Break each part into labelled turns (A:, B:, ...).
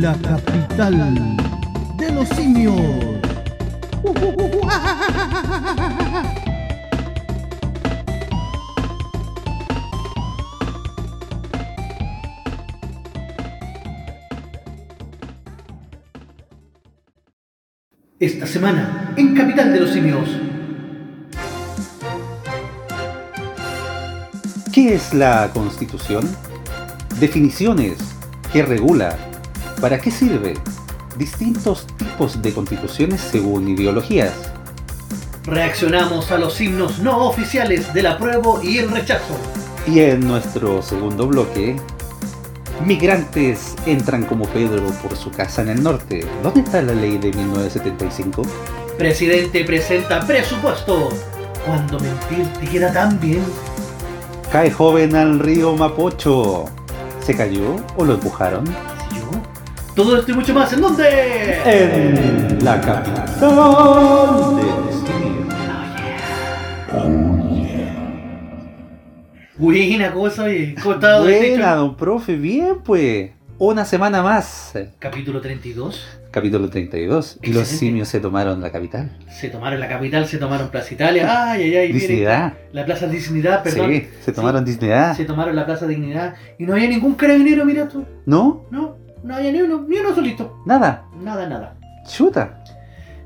A: la capital de los simios.
B: Esta semana, en Capital de los Simios.
C: ¿Qué es la Constitución? Definiciones. ¿Qué regula? ¿Para qué sirve? Distintos tipos de constituciones según ideologías.
B: Reaccionamos a los himnos no oficiales del apruebo y el rechazo.
C: Y en nuestro segundo bloque, migrantes entran como Pedro por su casa en el norte. ¿Dónde está la ley de 1975?
B: Presidente presenta presupuesto. Cuando mentir te queda tan bien.
C: Cae joven al río Mapocho. ¿Se cayó o lo empujaron?
B: ¿Y yo? Todo esto y mucho más, ¿en dónde?
C: Eh. En la capital de los simios.
B: Oh, Buena cosa, oye. ¿Cómo está, don
C: Buena,
B: Techo?
C: don profe, bien pues. Una semana más.
B: Capítulo 32.
C: Capítulo 32. Y los
B: Excelente.
C: simios se tomaron la capital.
B: Se tomaron la capital, se tomaron Plaza Italia. Ay, ay, ay. miren.
C: Dignidad.
B: La Plaza Dignidad, Ah, perdón.
C: Sí, se tomaron dignidad.
B: Se tomaron la Plaza Dignidad. Y no había ningún carabinero, mira tú.
C: ¿No?
B: No, no había ni uno, ni uno solito.
C: Nada.
B: Nada, nada.
C: Chuta.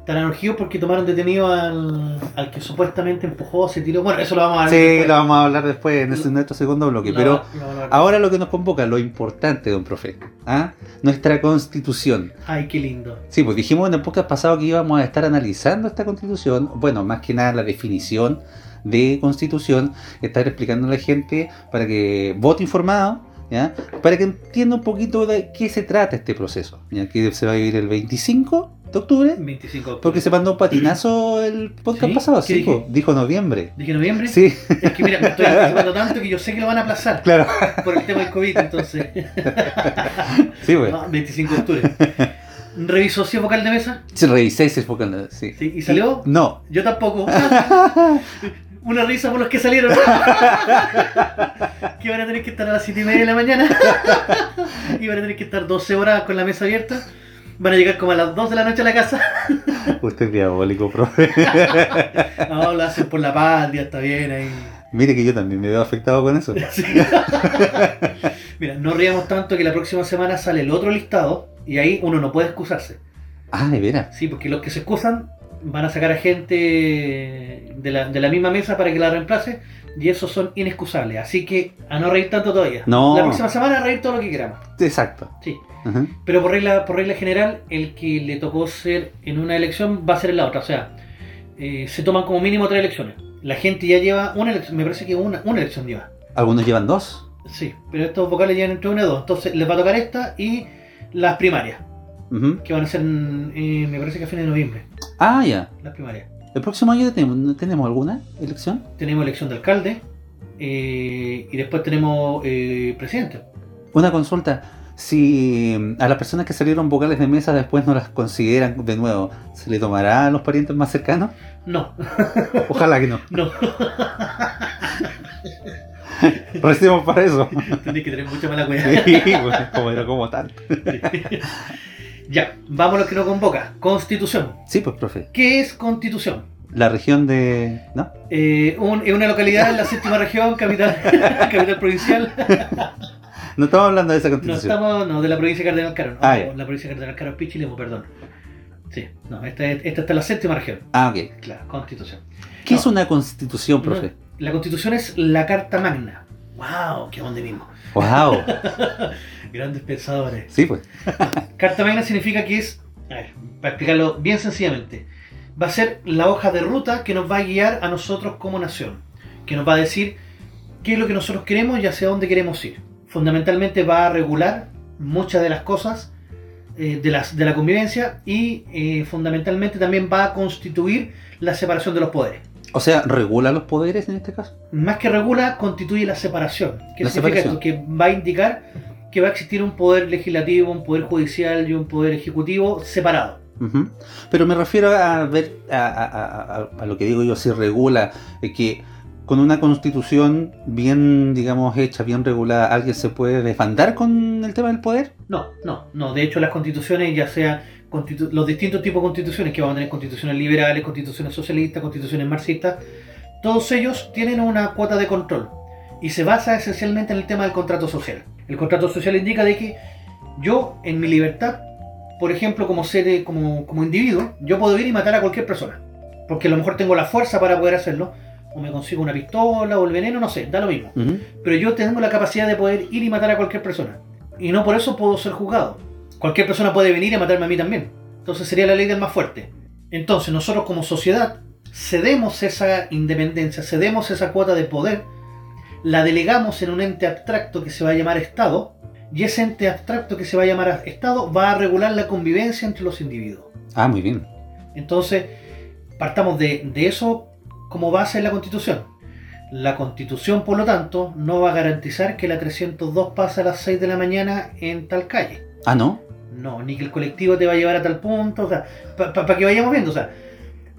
B: Están anorgidos porque tomaron detenido al, al que supuestamente empujó, se tiró. Bueno, eso lo vamos a ver.
C: Sí,
B: después.
C: lo vamos a hablar después en ese- en nuestro segundo bloque.
B: Lo-
C: Pero
B: lo vamos a ver.
C: ahora lo que nos convoca, lo importante, don profe. ¿ah? Nuestra constitución.
B: Ay, qué lindo.
C: Sí, pues dijimos en el podcast pasado que íbamos a estar analizando esta constitución, bueno, más que nada la definición de constitución, estar explicando a la gente para que vote informado, ¿ya? para que entienda un poquito de qué se trata este proceso, ¿ya? que se va a vivir el 25 de octubre,
B: 25 de octubre.
C: porque se mandó un patinazo el podcast
B: ¿Sí?
C: pasado,
B: ¿Qué
C: sí,
B: dije?
C: pues, dijo noviembre.
B: ¿Dije noviembre?
C: Sí,
B: Es que mira, me estoy anticipando tanto que yo sé que lo van a aplazar
C: claro,
B: por el tema del COVID, entonces.
C: sí, pues.
B: No, 25 de octubre. ¿Revisó si es vocal de mesa?
C: Sí, revisé ese podcast, sí.
B: Sí, ¿y salió?
C: No,
B: Yo tampoco. Una risa por los que salieron. que van a tener que estar a las 7 y media de la mañana. y van a tener que estar 12 horas con la mesa abierta. Van a llegar como a las 2 de la noche a la casa.
C: usted es diabólico, profe.
B: No, lo hacen por la patria, está bien ahí.
C: Mire que yo también me veo afectado con eso.
B: Sí. Mira, no riamos tanto que la próxima semana sale el otro listado y ahí uno no puede excusarse.
C: Ah, de veras.
B: Sí, porque los que se excusan van a sacar a gente de la, de la misma mesa para que la reemplace y esos son inexcusables. Así que a no reír tanto todavía.
C: No.
B: La próxima semana a reír todo lo que queramos.
C: Exacto.
B: Sí.
C: Ajá.
B: Pero por regla, por regla general, el que le tocó ser en una elección va a ser en la otra. O sea, eh, se toman como mínimo tres elecciones. La gente ya lleva una elección, me parece que una, una elección lleva.
C: Algunos llevan dos.
B: Sí, pero estos vocales llevan entre una y dos. Entonces les va a tocar esta y las primarias,
C: Ujú.
B: que van a ser, eh, me parece que a fines de noviembre.
C: Ah, ya.
B: Las primarias.
C: ¿El próximo año tenemos, no tenemos alguna elección?
B: tenemos elección de alcalde eh, y después tenemos eh, presidente.
C: Una consulta. Si mm, a las personas que salieron vocales de mesa después no las consideran de nuevo, ¿se le tomará a los parientes más cercanos?
B: No,
C: Ojalá que no.
B: no,
C: Recibimos para eso.
B: tenés que tener mucha mala cuidad.
C: Sí, pues, como era como tal.
B: ya, vamos a lo que nos convoca. Constitución.
C: Sí, pues, profe.
B: ¿Qué es Constitución?
C: La región de. ¿No?
B: Eh, un- es una localidad en la séptima región, capital, capital provincial.
C: No estamos hablando de esa
B: No
C: constitución.
B: estamos, no, de la provincia de Cardenal Caro. no,
C: Ah, ya.
B: la provincia de Cardenal Caro es Pichilemu, perdón. Sí, no, esta, es- esta está en la séptima región.
C: Ah, ok.
B: Claro, Constitución.
C: ¿Qué
B: No.
C: es una constitución, profe?
B: La Constitución es la Carta Magna. ¡Wow! ¡Qué donde mismo!
C: ¡Wow!
B: Grandes pensadores.
C: Sí, pues.
B: Carta magna significa que es, a ver, para explicarlo bien sencillamente, va a ser la hoja de ruta que nos va a guiar a nosotros como nación, que nos va a decir qué es lo que nosotros queremos y hacia dónde queremos ir. Fundamentalmente va a regular muchas de las cosas eh, de, las, de la convivencia y eh, fundamentalmente también va a constituir la separación de los poderes.
C: O sea, ¿regula los poderes en este caso?
B: Más que regula, constituye la separación. ¿Qué
C: La
B: significa
C: separación.
B: esto? Que va a indicar que va a existir un poder legislativo, un poder judicial y un poder ejecutivo separado.
C: Ujú. Pero me refiero a ver a, a- a- a- a lo que digo yo, si regula eh, que con una constitución bien, digamos, hecha, bien regulada, ¿alguien se puede desbandar con el tema del poder?
B: No, no, no. De hecho, las constituciones, ya sea constitu- los distintos tipos de constituciones, que van a tener constituciones liberales, constituciones socialistas, constituciones marxistas, todos ellos tienen una cuota de control y se basa esencialmente en el tema del contrato social. El contrato social indica de que yo, en mi libertad, por ejemplo, como ser, como, como individuo, yo puedo ir y matar a cualquier persona, porque a lo mejor tengo la fuerza para poder hacerlo, o me consigo una pistola o el veneno, no sé, da lo mismo
C: Ujú.
B: pero yo tengo la capacidad de poder ir y matar a cualquier persona. Y no por eso puedo ser juzgado. Cualquier persona puede venir y matarme a mí también. Entonces sería la ley del más fuerte. Entonces nosotros como sociedad cedemos esa independencia, cedemos esa cuota de poder, la delegamos en un ente abstracto que se va a llamar Estado, y ese ente abstracto que se va a llamar Estado va a regular la convivencia entre los individuos.
C: Ah, muy bien.
B: Entonces, partamos de, de eso como base en la Constitución. La Constitución, por lo tanto, no va a garantizar que la 302 pase a las 6 de la mañana en tal calle.
C: Ah, no.
B: No, ni que el colectivo te va a llevar a tal punto. O sea, para que vayamos viendo. O sea,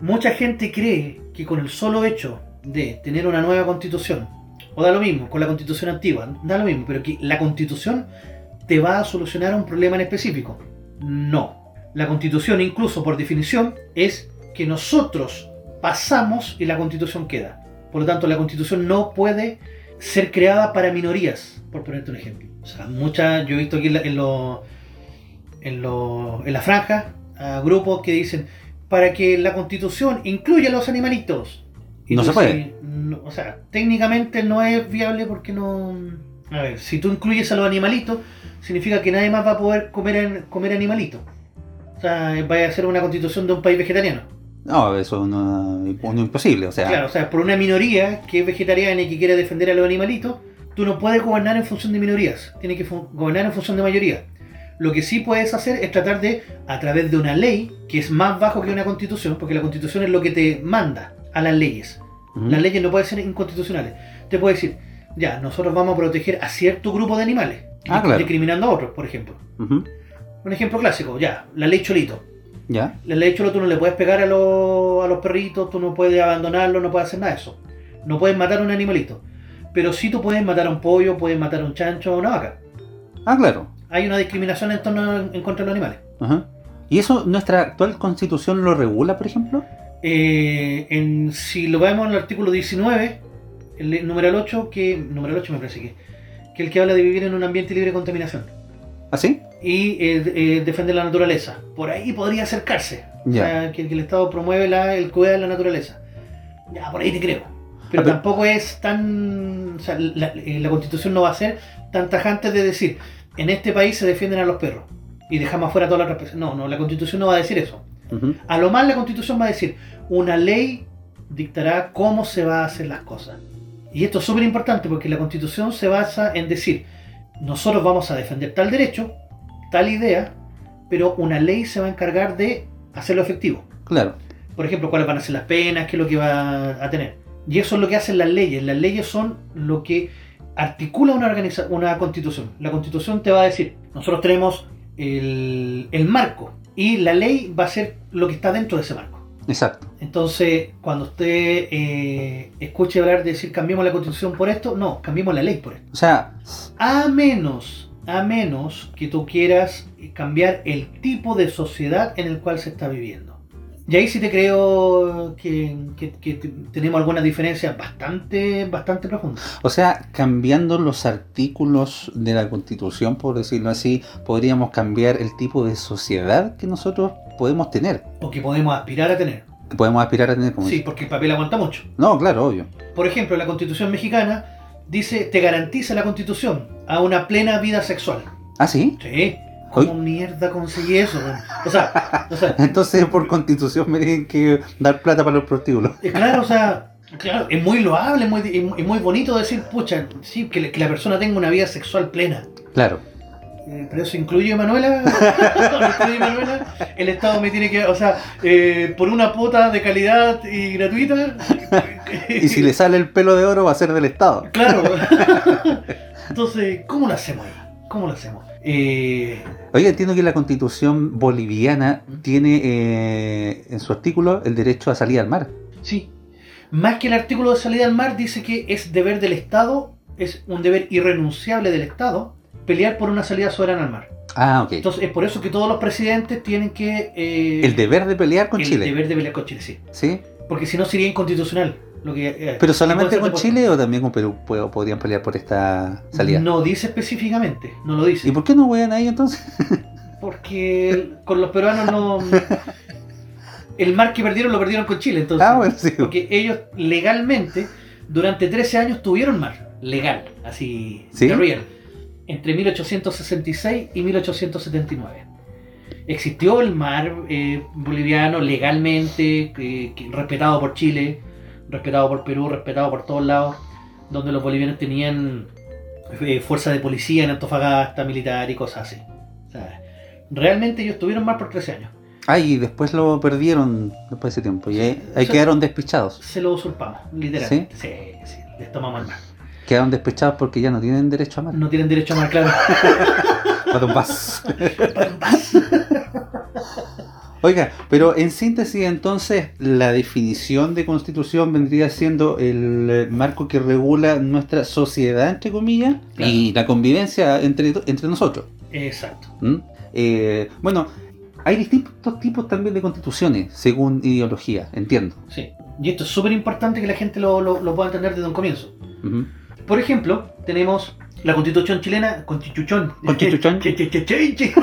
B: mucha gente cree que con el solo hecho de tener una nueva Constitución, o da lo mismo, con la Constitución antigua, da lo mismo, pero que la Constitución te va a solucionar un problema en específico. No. La constitución, incluso por definición, es que nosotros pasamos y la constitución queda. Por lo tanto, la constitución no puede ser creada para minorías, por ponerte un ejemplo. O sea, muchas, yo he visto aquí en, la, en, lo- en lo- en la franja a grupos que dicen para que la constitución incluya a los animalitos.
C: No
B: tú
C: se puede.
B: decís, "No", o sea, técnicamente no es viable porque no... A ver, si tú incluyes a los animalitos, significa que nadie más va a poder comer, en- comer animalitos. O sea, vaya a ser una constitución de un país vegetariano.
C: No, eso es una- un imposible. O sea,
B: Claro, o sea, por una minoría que es vegetariana y que quiere defender a los animalitos, tú no puedes gobernar en función de minorías, tienes que fu- gobernar en función de mayoría. Lo que sí puedes hacer es tratar de, a través de una ley, que es más bajo que una constitución, porque la constitución es lo que te manda a las leyes.
C: ujú.
B: Las leyes no pueden ser inconstitucionales. Te puede decir, ya, nosotros vamos a proteger a cierto grupo de animales,
C: Ah, claro.
B: discriminando a otros, por ejemplo.
C: Ujú.
B: Un ejemplo clásico, ya, la ley Cholito.
C: Ya.
B: La ley Cholo, tú no le puedes pegar a, los- a los perritos, tú no puedes abandonarlos, no puedes hacer nada de eso. No puedes matar a un animalito. Pero sí tú puedes matar a un pollo, puedes matar a un chancho o a una vaca.
C: Ah, claro.
B: Hay una discriminación en torno en contra de los animales.
C: Ajá. ¿Y eso nuestra actual constitución lo regula, por ejemplo?
B: Eh, en- si lo vemos en el artículo 19, el le- numeral 8, que. Numeral 8 me parece que. Que el que habla de vivir en un ambiente libre de contaminación.
C: ¿Así?
B: Y eh, eh, defender la naturaleza. Por ahí podría acercarse. O
C: Ya.
B: sea, que, que el Estado promueve la, el cuidado de la naturaleza. Ya, por ahí te creo. Pero
C: Ah, pero-
B: tampoco es tan... o sea, la, eh, la constitución no va a ser tan tajante de decir, en este país se defienden a los perros y dejamos afuera a todas las otras personas. No, no, la constitución no va a decir eso.
C: Ujú.
B: A lo más la constitución va a decir, una ley dictará cómo se va a hacer las cosas. Y esto es súper importante porque la constitución se basa en decir, nosotros vamos a defender tal derecho, tal idea, pero una ley se va a encargar de hacerlo efectivo.
C: Claro.
B: Por ejemplo, cuáles van a ser las penas, qué es lo que va a tener. Y eso es lo que hacen las leyes. Las leyes son lo que articula una, organiza- una constitución. La constitución te va a decir, nosotros tenemos el, el marco y la ley va a ser lo que está dentro de ese marco.
C: Exacto.
B: Entonces, cuando usted eh, escuche hablar de decir cambiemos la constitución por esto, no, cambiemos la ley por esto.
C: O sea,
B: A menos, a menos que tú quieras cambiar el tipo de sociedad en el cual se está viviendo. Y ahí sí te creo que, que- que te- tenemos algunas diferencias bastante, bastante profundas.
C: o sea, cambiando los artículos de la constitución, por decirlo así, podríamos cambiar el tipo de sociedad que nosotros podemos tener.
B: O que podemos aspirar a tener.
C: Que podemos aspirar a tener como...
B: Sí, porque el papel aguanta mucho.
C: No, claro, obvio.
B: Por ejemplo, la constitución mexicana dice, te garantiza la constitución a una plena vida sexual.
C: ¿Ah, sí?
B: Sí. ¿Cómo mierda conseguí eso? weón? O sea, o sea,
C: Entonces, por constitución me tienen que dar plata para los prostíbulos.
B: eh, claro, o sea, claro, es muy loable, es muy, es muy bonito decir, pucha, sí, que, le- que la persona tenga una vida sexual plena.
C: Claro.
B: Eh, Pero eso incluye Manuela, ¿No incluye Manuela, el Estado me tiene que, o sea, eh, por una cuota de calidad y gratuita.
C: Y si le sale el pelo de oro va a ser del Estado.
B: Claro. Entonces, ¿cómo lo hacemos ahí? ¿Cómo lo hacemos? Eh,
C: Oye, entiendo que la constitución boliviana tiene eh, en su artículo el derecho a salir al mar.
B: Sí. Más que el artículo de salida al mar dice que es deber del Estado, es un deber irrenunciable del Estado, pelear por una salida soberana al mar.
C: Ah, ok.
B: Entonces es por eso que todos los presidentes tienen que... eh,
C: el deber de pelear con
B: el
C: Chile.
B: deber de pelear con Chile, sí.
C: Sí.
B: Porque si no sería inconstitucional. Lo que, eh,
C: Pero solamente
B: no puede
C: con
B: ser
C: Chile o también con Perú po- podrían pelear por esta
B: deporte.
C: salida.
B: No dice específicamente, no lo dice.
C: ¿Y por qué no huean ahí entonces?
B: Porque el- con los peruanos no... El mar que perdieron lo perdieron con Chile, entonces.
C: Ah, bueno, sí.
B: Porque ellos legalmente, durante 13 años, tuvieron mar. Legal, así,
C: ¿Sí?
B: de real. Entre 1866 y 1879. Existió el mar eh, boliviano legalmente, que- que- respetado por Chile, respetado por Perú, respetado por todos lados, donde los bolivianos tenían eh, fuerza de policía en Antofagasta, militar y cosas así. O sea, realmente ellos tuvieron mar por 13 años.
C: Ah, y después lo perdieron después de ese tiempo. Y ahí, ahí
B: Sí.
C: quedaron despechados.
B: Se lo usurpamos, literalmente. Sí, sí, les tomamos el mar.
C: Quedaron despechados porque ya no tienen derecho a mar.
B: No tienen derecho a mar, claro.
C: Para un vaso. Oiga, pero en síntesis entonces la definición de constitución vendría siendo el eh, marco que regula nuestra sociedad, entre comillas,
B: Claro.
C: y la convivencia entre, entre nosotros.
B: Exacto.
C: ¿Mm? Eh, bueno, hay distintos tipos también de constituciones, según ideología, entiendo.
B: Sí. Y esto es súper importante que la gente lo, lo- lo pueda entender desde un comienzo.
C: Ujú.
B: Por ejemplo, tenemos la constitución chilena, constitución.
C: Constitución.
B: Che, che, che, che, che.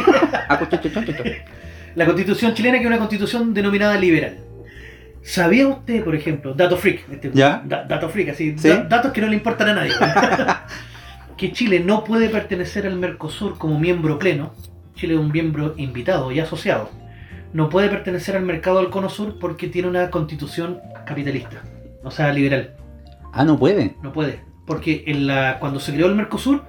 C: Ah, cuchu, chu, chu, chu, chu.
B: La constitución chilena que es una constitución denominada liberal. ¿Sabía usted, por ejemplo, dato freak? este,
C: ¿Ya?
B: da- dato freak, así,
C: ¿Sí?
B: da- datos que no le importan a nadie. que Chile no puede pertenecer al Mercosur como miembro pleno. Chile es un miembro invitado y asociado. No puede pertenecer al mercado del Cono Sur porque tiene una constitución capitalista, o sea, liberal.
C: Ah, no puede.
B: No puede. Porque en la, cuando se creó el Mercosur,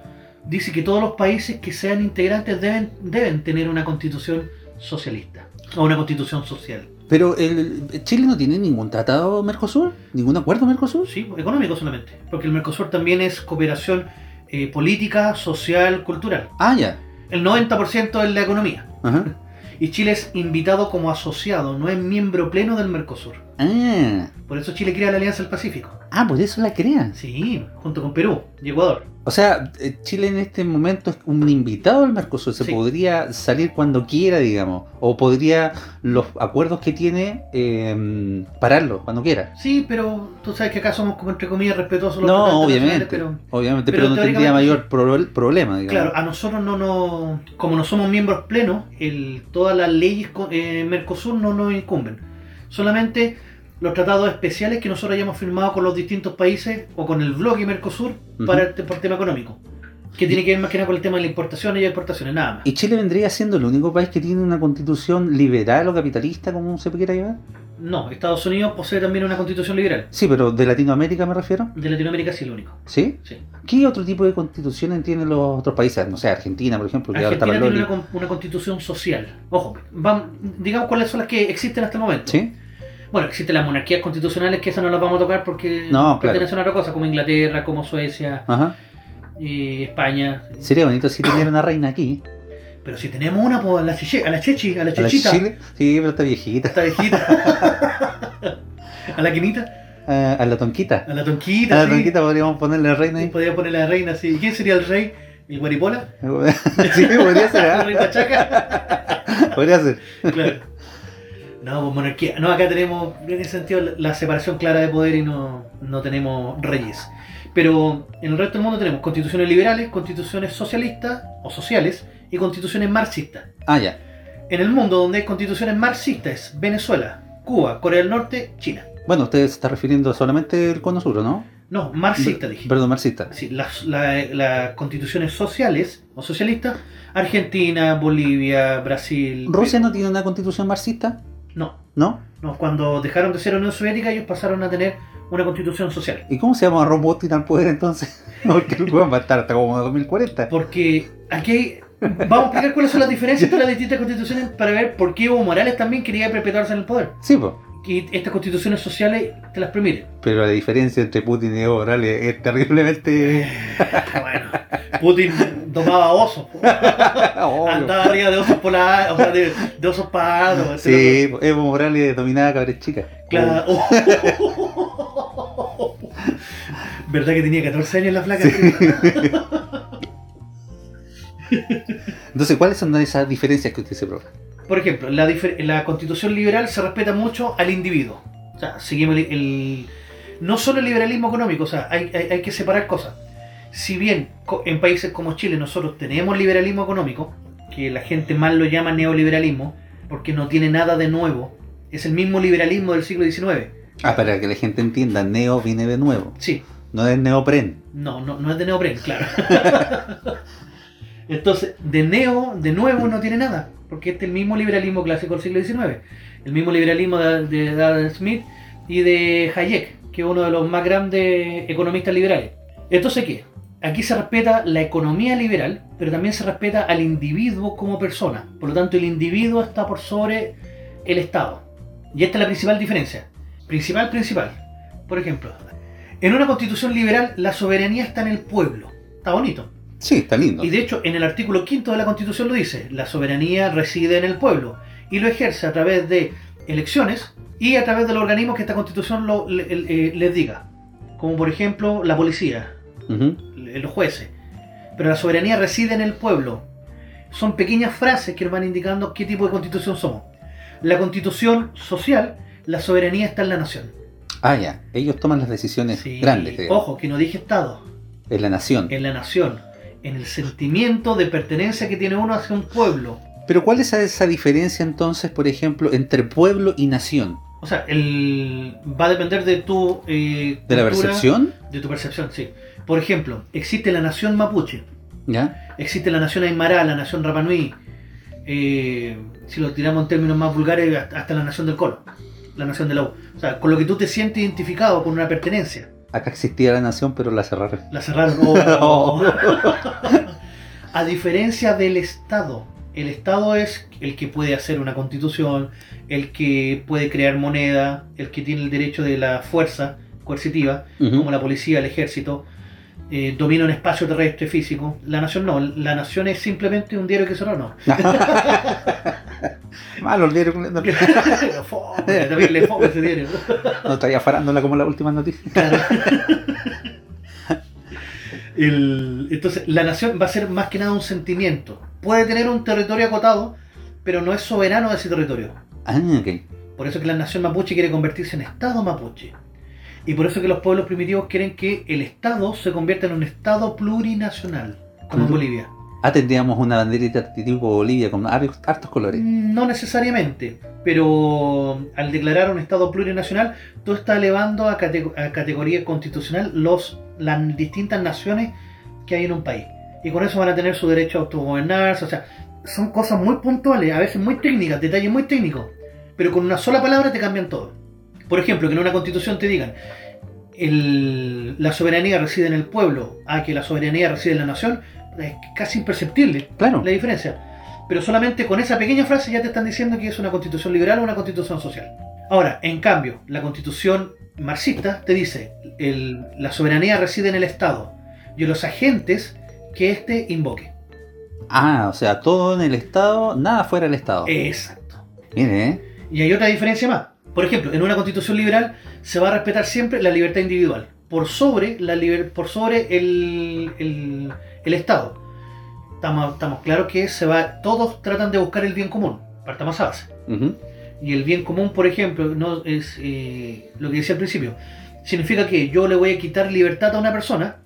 B: dice que todos los países que sean integrantes deben, deben tener una constitución socialista. O una constitución social.
C: Pero el, Chile no tiene ningún tratado Mercosur, ningún acuerdo Mercosur.
B: Sí, económico solamente. Porque el Mercosur también es cooperación eh, política, social, cultural.
C: Ah, ya.
B: El 90% es la economía.
C: Ajá.
B: Y Chile es invitado como asociado, no es miembro pleno del Mercosur.
C: Ah,
B: Por eso Chile crea la Alianza del Pacífico.
C: ah, por eso la crean.
B: Sí, junto con Perú y Ecuador.
C: O sea, eh, Chile en este momento es un invitado al Mercosur, se
B: Sí.
C: podría salir cuando quiera, digamos, o podría los acuerdos que tiene eh, pararlos cuando quiera.
B: Sí, pero tú sabes que acá somos como entre comillas respetuosos los
C: No,
B: tratados
C: obviamente,
B: internacionales, pero-
C: obviamente, pero,
B: pero
C: no tendría
B: teóricamente
C: mayor pro- problema, digamos.
B: Claro, a nosotros no nos. Como no somos miembros plenos, el, todas las leyes co- eh, Mercosur no nos incumben. Solamente los tratados especiales que nosotros hayamos firmado con los distintos países o con el bloque Mercosur
C: Ujú.
B: para el te- por tema económico. Que tiene que ver más que nada con el tema de las importaciones y exportaciones, nada más.
C: ¿Y Chile vendría siendo el único país que tiene una constitución liberal o capitalista, como se quiera llamar?
B: No, Estados Unidos posee también una constitución liberal.
C: Sí, pero de Latinoamérica me refiero.
B: De Latinoamérica sí es lo único.
C: ¿Sí?
B: Sí.
C: ¿Qué otro tipo de constituciones tienen los otros países? No sé, Argentina, por ejemplo, que ahora está
B: Argentina tiene una,
C: para
B: con- una constitución social. Ojo, vam- digamos cuáles son las que existen hasta el momento.
C: ¿Sí?
B: Bueno, existen las monarquías constitucionales que esas no las vamos a tocar porque
C: No, claro.
B: pertenecen a otra cosa, como Inglaterra, como Suecia,
C: Ajá.
B: eh, España.
C: Sería bonito si tuviera una reina aquí.
B: Pero si tenemos una, pues a la, chiche- a la chechi, a la
C: ¿A la
B: chechita,
C: Chile? Sí, pero está viejita.
B: esta viejita, a la quinita,
C: Ah, a la tonquita.
B: a la tonquita,
C: A la
B: sí.
C: tonquita podríamos ponerle reina.
B: Sí,
C: ahí.
B: podría poner la reina, sí. ¿Y ¿Quién sería el rey? ¿El guaripola?
C: sí, podría ser.
B: ¿El
C: ¿ah?
B: rey Pachaca?
C: Podría ser.
B: claro. No, pues monarquía. No, acá tenemos, en ese sentido, la- la separación clara de poder y no, no tenemos reyes. Pero en el resto del mundo tenemos constituciones liberales, constituciones socialistas o sociales y constituciones marxistas.
C: Ah, ya.
B: En el mundo donde hay constituciones marxistas es Venezuela, Cuba, Corea del Norte, China.
C: Bueno, usted se está refiriendo solamente al cono sur, ¿no?
B: No, marxista dije.
C: Perdón, marxista.
B: Sí, las, la- las constituciones sociales o socialistas, Argentina, Bolivia, Brasil.
C: ¿Rusia no tiene una constitución marxista?
B: No,
C: ¿No?
B: no, cuando dejaron de ser Unión Soviética ellos pasaron a tener una constitución social.
C: ¿Y cómo se llama Robotin al poder entonces? Porque el weón va a estar hasta como 2040.
B: Porque aquí hay- vamos a explicar cuáles son las diferencias entre las distintas constituciones para ver por qué Evo Morales también quería perpetuarse en el poder.
C: Sí, pues.
B: Y estas constituciones sociales te las permiten.
C: Pero la diferencia entre Putin y Evo Morales es terriblemente.
B: Bueno, Putin domaba osos, po.
C: obvio.
B: andaba arriba de osos polares, o sea, de, de osos pardos.
C: Sí, Evo Morales dominaba cabres chicas.
B: Claro. ¿Verdad que tenía 14 años la flaca?
C: Entonces, ¿cuáles son esas diferencias que usted se provoca?
B: Por ejemplo, la, difer- la constitución liberal se respeta mucho al individuo. O sea, seguimos el, el- no solo el liberalismo económico, o sea, hay, hay- hay que separar cosas. Si bien co- en países como Chile nosotros tenemos liberalismo económico, que la gente mal lo llama neoliberalismo, porque no tiene nada de nuevo, es el mismo liberalismo del siglo XIX.
C: Ah, para que la gente entienda, neo viene de nuevo,
B: Sí,
C: no es neopren.
B: No, no, no es de neopren, claro. Entonces, de neo, de nuevo, no tiene nada, porque este es el mismo liberalismo clásico del siglo XIX, el mismo liberalismo de, de Adam Smith y de Hayek, que es uno de los más grandes economistas liberales. Entonces, ¿qué? Aquí se respeta la economía liberal, pero también se respeta al individuo como persona. Por lo tanto, el individuo está por sobre el Estado. Y esta es la principal diferencia. Principal, principal. Por ejemplo, en una constitución liberal la soberanía está en el pueblo. Está bonito.
C: Sí, está lindo.
B: Y de hecho, en el artículo quinto de la Constitución lo dice, la soberanía reside en el pueblo y lo ejerce a través de elecciones y a través de los organismos que esta Constitución lo- le- le- eh, les diga, como por ejemplo la policía,
C: Ujú.
B: le- los jueces. Pero la soberanía reside en el pueblo. Son pequeñas frases que nos van indicando qué tipo de constitución somos. La constitución social, la soberanía está en la nación.
C: Ah, ya, ellos toman las decisiones
B: Sí,
C: grandes, digamos.
B: ojo, que no dije Estado,
C: es la nación.
B: en la nación, en el sentimiento de pertenencia que tiene uno hacia un pueblo.
C: Pero ¿cuál es esa diferencia entonces, por ejemplo, entre pueblo y nación?
B: O sea, el, va a depender de tu... eh,
C: ¿De la
B: cultura,
C: percepción?
B: De tu percepción, sí. Por ejemplo, existe la nación mapuche,
C: ¿Ya?
B: existe la nación aymara, la nación rapanui, eh, si lo tiramos en términos más vulgares, hasta hasta la nación del colo, la nación de la U. O sea, con lo que tú te sientes identificado, con una pertenencia.
C: Acá existía la nación, pero la cerraron.
B: La cerraron. Oh, oh, oh. A diferencia del Estado. El Estado es el que puede hacer una constitución, el que puede crear moneda, el que tiene el derecho de la fuerza coercitiva,
C: Ujú.
B: como la policía, el ejército, eh, domina un espacio terrestre físico. La nación no, la nación es simplemente un diario que cerró, no.
C: Malo el diario, Ah, no,
B: Fome, terrible fome ese diario.
C: no estaría farándola como la última noticia.
B: El- entonces, la nación va a ser más que nada un sentimiento. Puede tener un territorio acotado, pero no es soberano de ese territorio.
C: Ah, ok.
B: Por eso que la nación mapuche quiere convertirse en Estado mapuche. Y por eso que los pueblos primitivos quieren que el Estado se convierta en un Estado plurinacional, como en
C: Ujú.
B: Bolivia.
C: Ah, tendríamos una banderita tipo Bolivia con hartos hartos colores.
B: No necesariamente, pero al declarar un Estado plurinacional, tú estás elevando a, cate- a categoría constitucional los, las distintas naciones que hay en un país. Y con eso van a tener su derecho a autogobernarse. O sea, son cosas muy puntuales, a veces muy técnicas, detalles muy técnicos. Pero con una sola palabra te cambian todo. Por ejemplo, que en una constitución te digan el- la soberanía reside en el pueblo, a que la soberanía reside en la nación, es casi imperceptible
C: Claro.
B: la diferencia. Pero solamente con esa pequeña frase ya te están diciendo que es una constitución liberal o una constitución social. Ahora, en cambio, la constitución marxista te dice el- la soberanía reside en el Estado y en los agentes que éste invoque.
C: Ah, o sea, todo en el Estado, nada fuera del Estado.
B: Exacto.
C: Mire, ¿eh?
B: Y hay otra diferencia más. Por ejemplo, en una constitución liberal se va a respetar siempre la libertad individual por sobre, la liber- por sobre el, el- el Estado. Estamos, estamos claros que se va, todos tratan de buscar el bien común. Partamos a base.
C: Ujú.
B: Y el bien común, por ejemplo, no es eh, lo que decía al principio. Significa que yo le voy a quitar libertad a una persona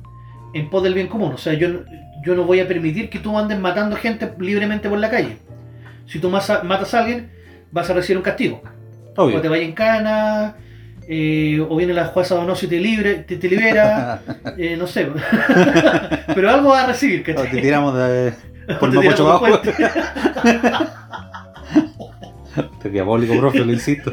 B: en pos del bien común. O sea, yo, no- yo no voy a permitir que tú andes matando gente libremente por la calle. Si tú masa- matas a alguien, vas a recibir un castigo. O te
C: Obvio.
B: vaya en cana, eh, o viene la jueza donoso y te, libre, te, te libera,
C: Ah,
B: eh, no sé. Pero algo vas a recibir,
C: O
B: ¿cachai?
C: te tiramos de... por
B: Te
C: no
B: tiramos
C: mucho
B: un
C: abajo.
B: puente.
C: Este diabólico, profe, lo insisto.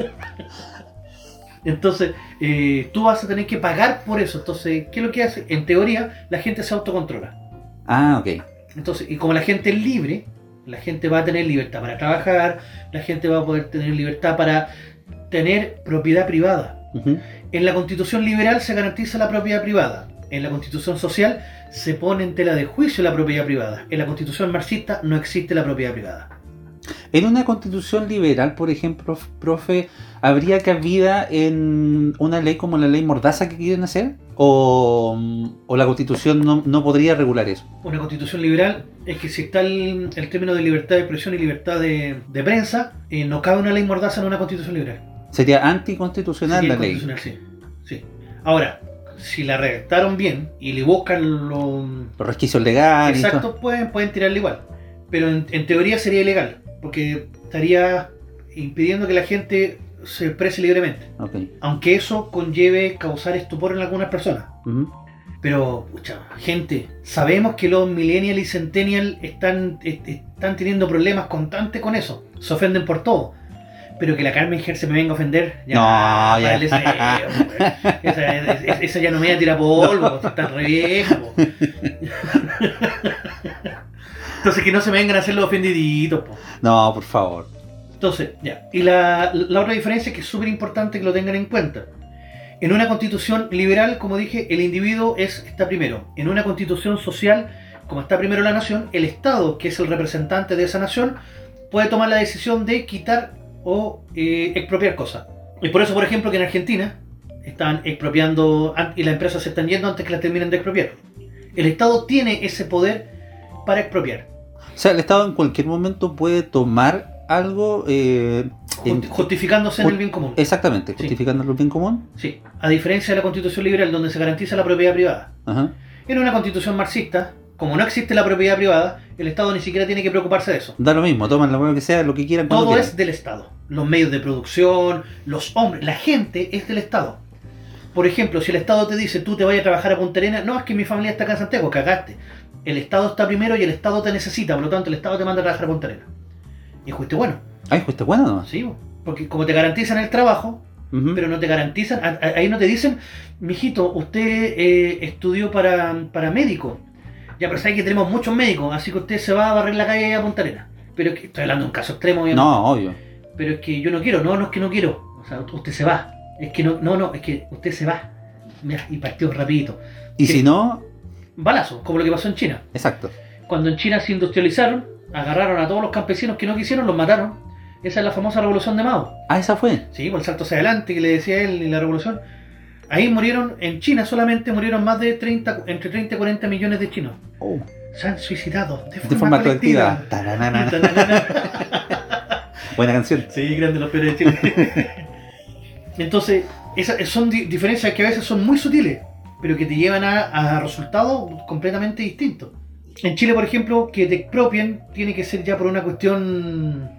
B: Entonces, eh, tú vas a tener que pagar por eso. Entonces, ¿qué es lo que hace? En teoría, la gente se autocontrola.
C: Ah, ok.
B: Entonces, y como la gente es libre, la gente va a tener libertad para trabajar, la gente va a poder tener libertad para tener propiedad privada.
C: Ujú.
B: En la constitución liberal se garantiza la propiedad privada. En la constitución social se pone en tela de juicio la propiedad privada. En la constitución marxista no existe la propiedad privada.
C: En una constitución liberal, por ejemplo, profe, ¿habría cabida en una ley como la ley Mordaza que quieren hacer? ¿O, o la constitución no, no podría regular eso?
B: Una constitución liberal es que si está el, el término de libertad de expresión y libertad de, de prensa, eh, no cabe una ley mordaza en una constitución liberal.
C: Sería anticonstitucional
B: Sería
C: la ley.
B: constitucional, sí. sí. Ahora, si la redactaron bien y le buscan lo,
C: Los resquicios legales. y todo.
B: Exacto, pueden, pueden tirarle igual. Pero en, en teoría sería ilegal, porque estaría impidiendo que la gente se exprese libremente.
C: Ok.
B: Aunque eso conlleve causar estupor en algunas personas.
C: Ujú.
B: Pero, pucha, gente, sabemos que los millennials y centennial están, est- están teniendo problemas constantes con eso. Se ofenden por todo. Pero que la Carmen Herse me venga a ofender, ya.
C: No, ya.
B: párale ese- esa, esa- esa ya no me voy a tirar polvo, está re viejo. po. Entonces, que no se me vengan a hacer los ofendiditos, po.
C: No, por favor.
B: Entonces, ya. Y la, la otra diferencia que es súper importante que lo tengan en cuenta. En una constitución liberal, como dije, el individuo es, está primero. En una constitución social, como está primero la nación, el Estado, que es el representante de esa nación, puede tomar la decisión de quitar o eh, expropiar cosas. Y por eso, por ejemplo, que en Argentina están expropiando an- y las empresas se están yendo antes que las terminen de expropiar. El Estado tiene ese poder para expropiar,
C: O sea, el Estado en cualquier momento puede tomar algo. eh, en-
B: justi- justificándose en el bien común.
C: exactamente,
B: Sí.
C: justificando el bien común.
B: Sí, a diferencia de la constitución liberal donde se garantiza la propiedad privada.
C: Ajá.
B: En una constitución marxista, como no existe la propiedad privada, el Estado ni siquiera tiene que preocuparse de eso.
C: Da lo mismo, toman la hueá que sea, lo que quieran. cuando
B: Todo
C: quieran.
B: es del Estado. Los medios de producción, los hombres, la gente es del Estado. Por ejemplo, si el Estado te dice tú te vayas a trabajar a Punta Arenas, no, es que mi familia está acá en Santiago, cagaste. El Estado está primero y el Estado te necesita, por lo tanto el Estado te manda a trabajar a Punta Arenas. Y es justo bueno,
C: Ay, pues está bueno nomás.
B: sí, porque como te garantizan el trabajo,
C: Ujú.
B: pero no te garantizan, a- a- ahí no te dicen, mijito, usted eh, estudió para, para médico. Ya, pero sabes que tenemos muchos médicos, así que usted se va a barrer la calle a Punta Arenas. Pero es que, estoy hablando de un caso extremo, obviamente.
C: No, obvio.
B: Pero es que yo no quiero, no, no es que no quiero. O sea, usted se va. Es que no, no, no, es que usted se va. Mira, y partió rapidito.
C: Y
B: Sí.
C: si no,
B: Balazo, como lo que pasó en China.
C: exacto.
B: Cuando en China se industrializaron, agarraron a todos los campesinos que no quisieron, los mataron. Esa es la famosa revolución de Mao.
C: Ah, esa fue.
B: Sí, por el salto hacia adelante que le decía él y la revolución. Ahí murieron, en China solamente murieron más de 30, entre 30 y 40 millones de chinos.
C: Oh,
B: Se han suicidado de forma,
C: de forma colectiva.
B: colectiva.
C: Taranana. Buena canción.
B: Sí, grande los peores de Chile. Entonces, esas son di- diferencias que a veces son muy sutiles, pero que te llevan a, a resultados completamente distintos. En Chile, por ejemplo, que te expropien tiene que ser ya por una cuestión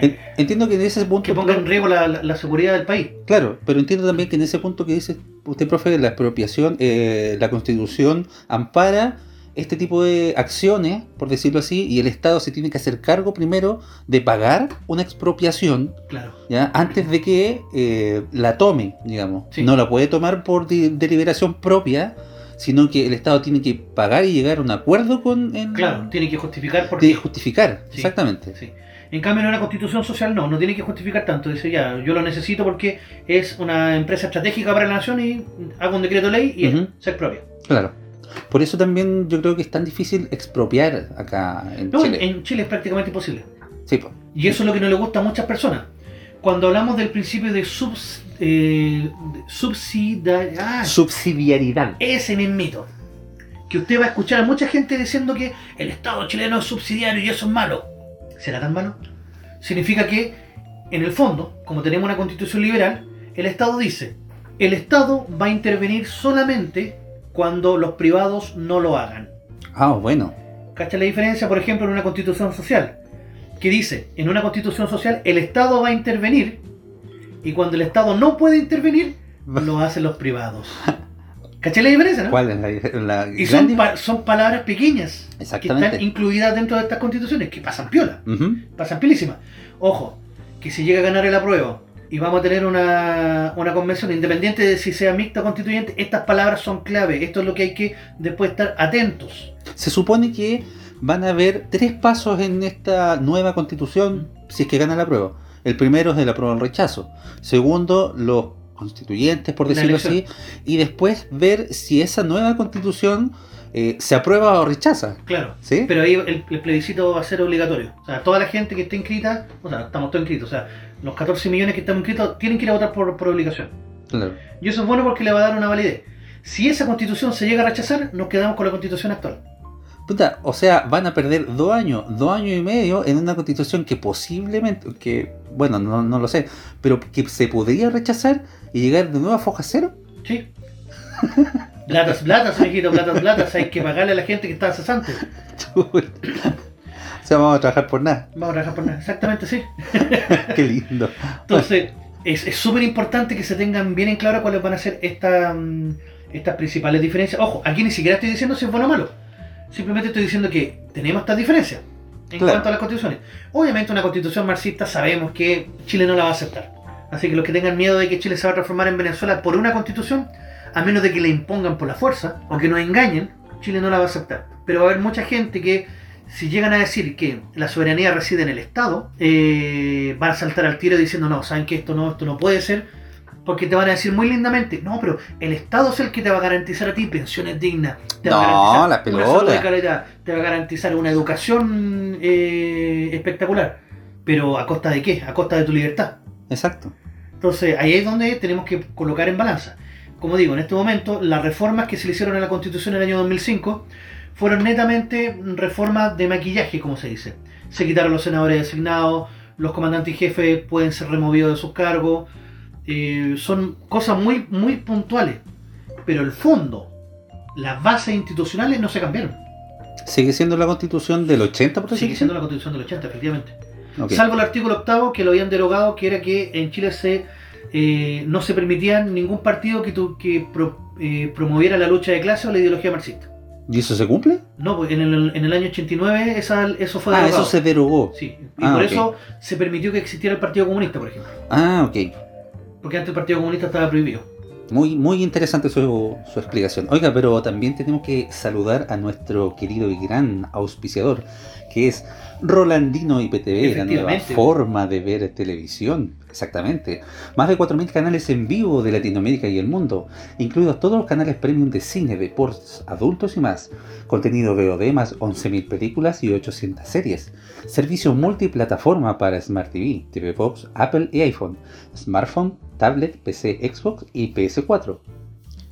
C: En- Entiendo que en ese punto.
B: que ponga en riesgo la- la- la seguridad del país.
C: Claro, pero entiendo también que en ese punto que dice usted, profe, de la expropiación, eh, la constitución ampara este tipo de acciones, por decirlo así, y el Estado se tiene que hacer cargo primero de pagar una expropiación
B: Claro.
C: ¿ya? antes de que eh, la tome, digamos.
B: Sí.
C: No la puede tomar por de- deliberación propia, sino que el Estado tiene que pagar y llegar a un acuerdo con... el-
B: Claro, tiene que justificar por
C: de
B: qué.
C: justificar,
B: Sí.
C: exactamente.
B: Sí. En cambio, en una constitución social no, no tiene que justificar tanto. Dice ya, yo lo necesito porque es una empresa estratégica para la nación y hago un decreto ley y
C: Ujú.
B: se expropia.
C: Claro. Por eso también yo creo que es tan difícil expropiar acá en
B: No, en-
C: Chile.
B: en Chile es prácticamente imposible.
C: Sí, po.
B: Y eso es lo que no le gusta a muchas personas. Cuando hablamos del principio de, subs, eh, de subsidiar- ah,
C: subsidiariedad.
B: ese mismito. Que usted va a escuchar a mucha gente diciendo que el Estado chileno es subsidiario y eso es malo. ¿Será tan malo? Significa que, en el fondo, como tenemos una constitución liberal, el Estado dice, el Estado va a intervenir solamente cuando los privados no lo hagan.
C: Ah, bueno.
B: ¿Cacha la diferencia, por ejemplo, en una constitución social? Que dice, en una constitución social, el Estado va a intervenir y cuando el Estado no puede intervenir, lo hacen los privados. ¿Cacha la diferencia, no?
C: ¿Cuál es la, la
B: Y
C: gran
B: son,
C: dif-
B: pa- son palabras pequeñas que están
C: Exactamente.
B: incluidas dentro de estas constituciones, que pasan piola,
C: Ujú.
B: pasan pielísimas. Ojo, que si llega a ganar el apruebo y vamos a tener una, una convención, independiente de si sea mixta o constituyente, estas palabras son clave. Esto es lo que hay que después estar atentos.
C: Se supone que van a haber tres pasos en esta nueva constitución si es que gana la prueba. El primero es de la prueba al rechazo. Segundo, los constituyentes, por
B: La
C: decirlo
B: elección.
C: así. Y después ver si esa nueva constitución eh, se aprueba o rechaza.
B: Claro.
C: ¿Sí?
B: Pero ahí el, el plebiscito va a ser obligatorio. O sea, toda la gente que esté inscrita, o sea, estamos todos inscritos, o sea, los 14 millones que estamos inscritos tienen que ir a votar por, por obligación.
C: Claro.
B: Y eso es bueno porque le va a dar una validez. Si esa constitución se llega a rechazar, nos quedamos con la constitución actual.
C: Puta, o sea, van a perder dos años, dos años y medio en una constitución que posiblemente, que, bueno, no, no lo sé, pero que se podría rechazar y llegar de nuevo a foja cero.
B: ¿Sí? Platas, platas, mijito, platas, platas. Hay que pagarle a la gente que está cesante.
C: Chuta. o sea, vamos a trabajar por nada.
B: Vamos a trabajar por nada. Exactamente, sí.
C: Qué lindo.
B: Entonces, es es súper importante que se tengan bien en claro cuáles van a ser esta, mm, estas principales diferencias. Ojo, aquí ni siquiera estoy diciendo si es bueno o malo. Simplemente estoy diciendo que tenemos estas diferencias en
C: Claro.
B: cuanto a las constituciones. Obviamente una constitución marxista sabemos que Chile no la va a aceptar. Así que los que tengan miedo de que Chile se va a transformar en Venezuela por una constitución, a menos de que le impongan por la fuerza o que nos engañen, Chile no la va a aceptar. Pero va a haber mucha gente que si llegan a decir que la soberanía reside en el Estado, eh, van a saltar al tiro diciendo, no, saben que esto no, esto no puede ser, porque te van a decir muy lindamente, no, pero el Estado es el que te va a garantizar a ti pensiones dignas, te va
C: No,
B: a
C: la
B: garantizar una salud de
C: pelota.
B: calidad, te va a garantizar una educación eh, espectacular, pero ¿a costa de qué? A costa de tu libertad.
C: Exacto.
B: Entonces, ahí es donde tenemos que colocar en balanza. Como digo, en este momento, las reformas que se le hicieron a la Constitución en el año 2005 fueron netamente reformas de maquillaje, como se dice. Se quitaron los senadores designados, los comandantes y jefes pueden ser removidos de sus cargos. eh, son cosas muy, muy puntuales. Pero el fondo, las bases institucionales no se cambiaron.
C: Sigue siendo la constitución del 80%.
B: Sigue siendo la Constitución del 80, efectivamente.
C: Ok.
B: Salvo el artículo octavo que lo habían derogado, que era que en Chile se eh, no se permitía ningún partido que, tu- que pro- eh, promoviera la lucha de clase o la ideología marxista.
C: ¿Y eso se cumple?
B: No, pues en el, en el año 89 esa- eso fue
C: Ah,
B: derogado.
C: eso se derogó.
B: Sí, y
C: Ah,
B: por
C: ok.
B: eso se permitió que existiera el Partido Comunista, por ejemplo.
C: Ah, ok.
B: Porque antes el Partido Comunista estaba prohibido.
C: Muy, muy interesante su, su explicación. Oiga, pero también tenemos que saludar a nuestro querido y gran auspiciador, que es Rolandino IPTV, la nueva
B: Efectivamente.
C: forma de ver televisión. Exactamente. Más de 4.000 canales en vivo de Latinoamérica y el mundo, incluidos todos los canales premium de cine, deportes, adultos y más. Contenido VOD más 11.000 películas y 800 series. Servicio multiplataforma para Smart TV, TV Box, Apple y iPhone, smartphone, tablet, PC, Xbox y PS4.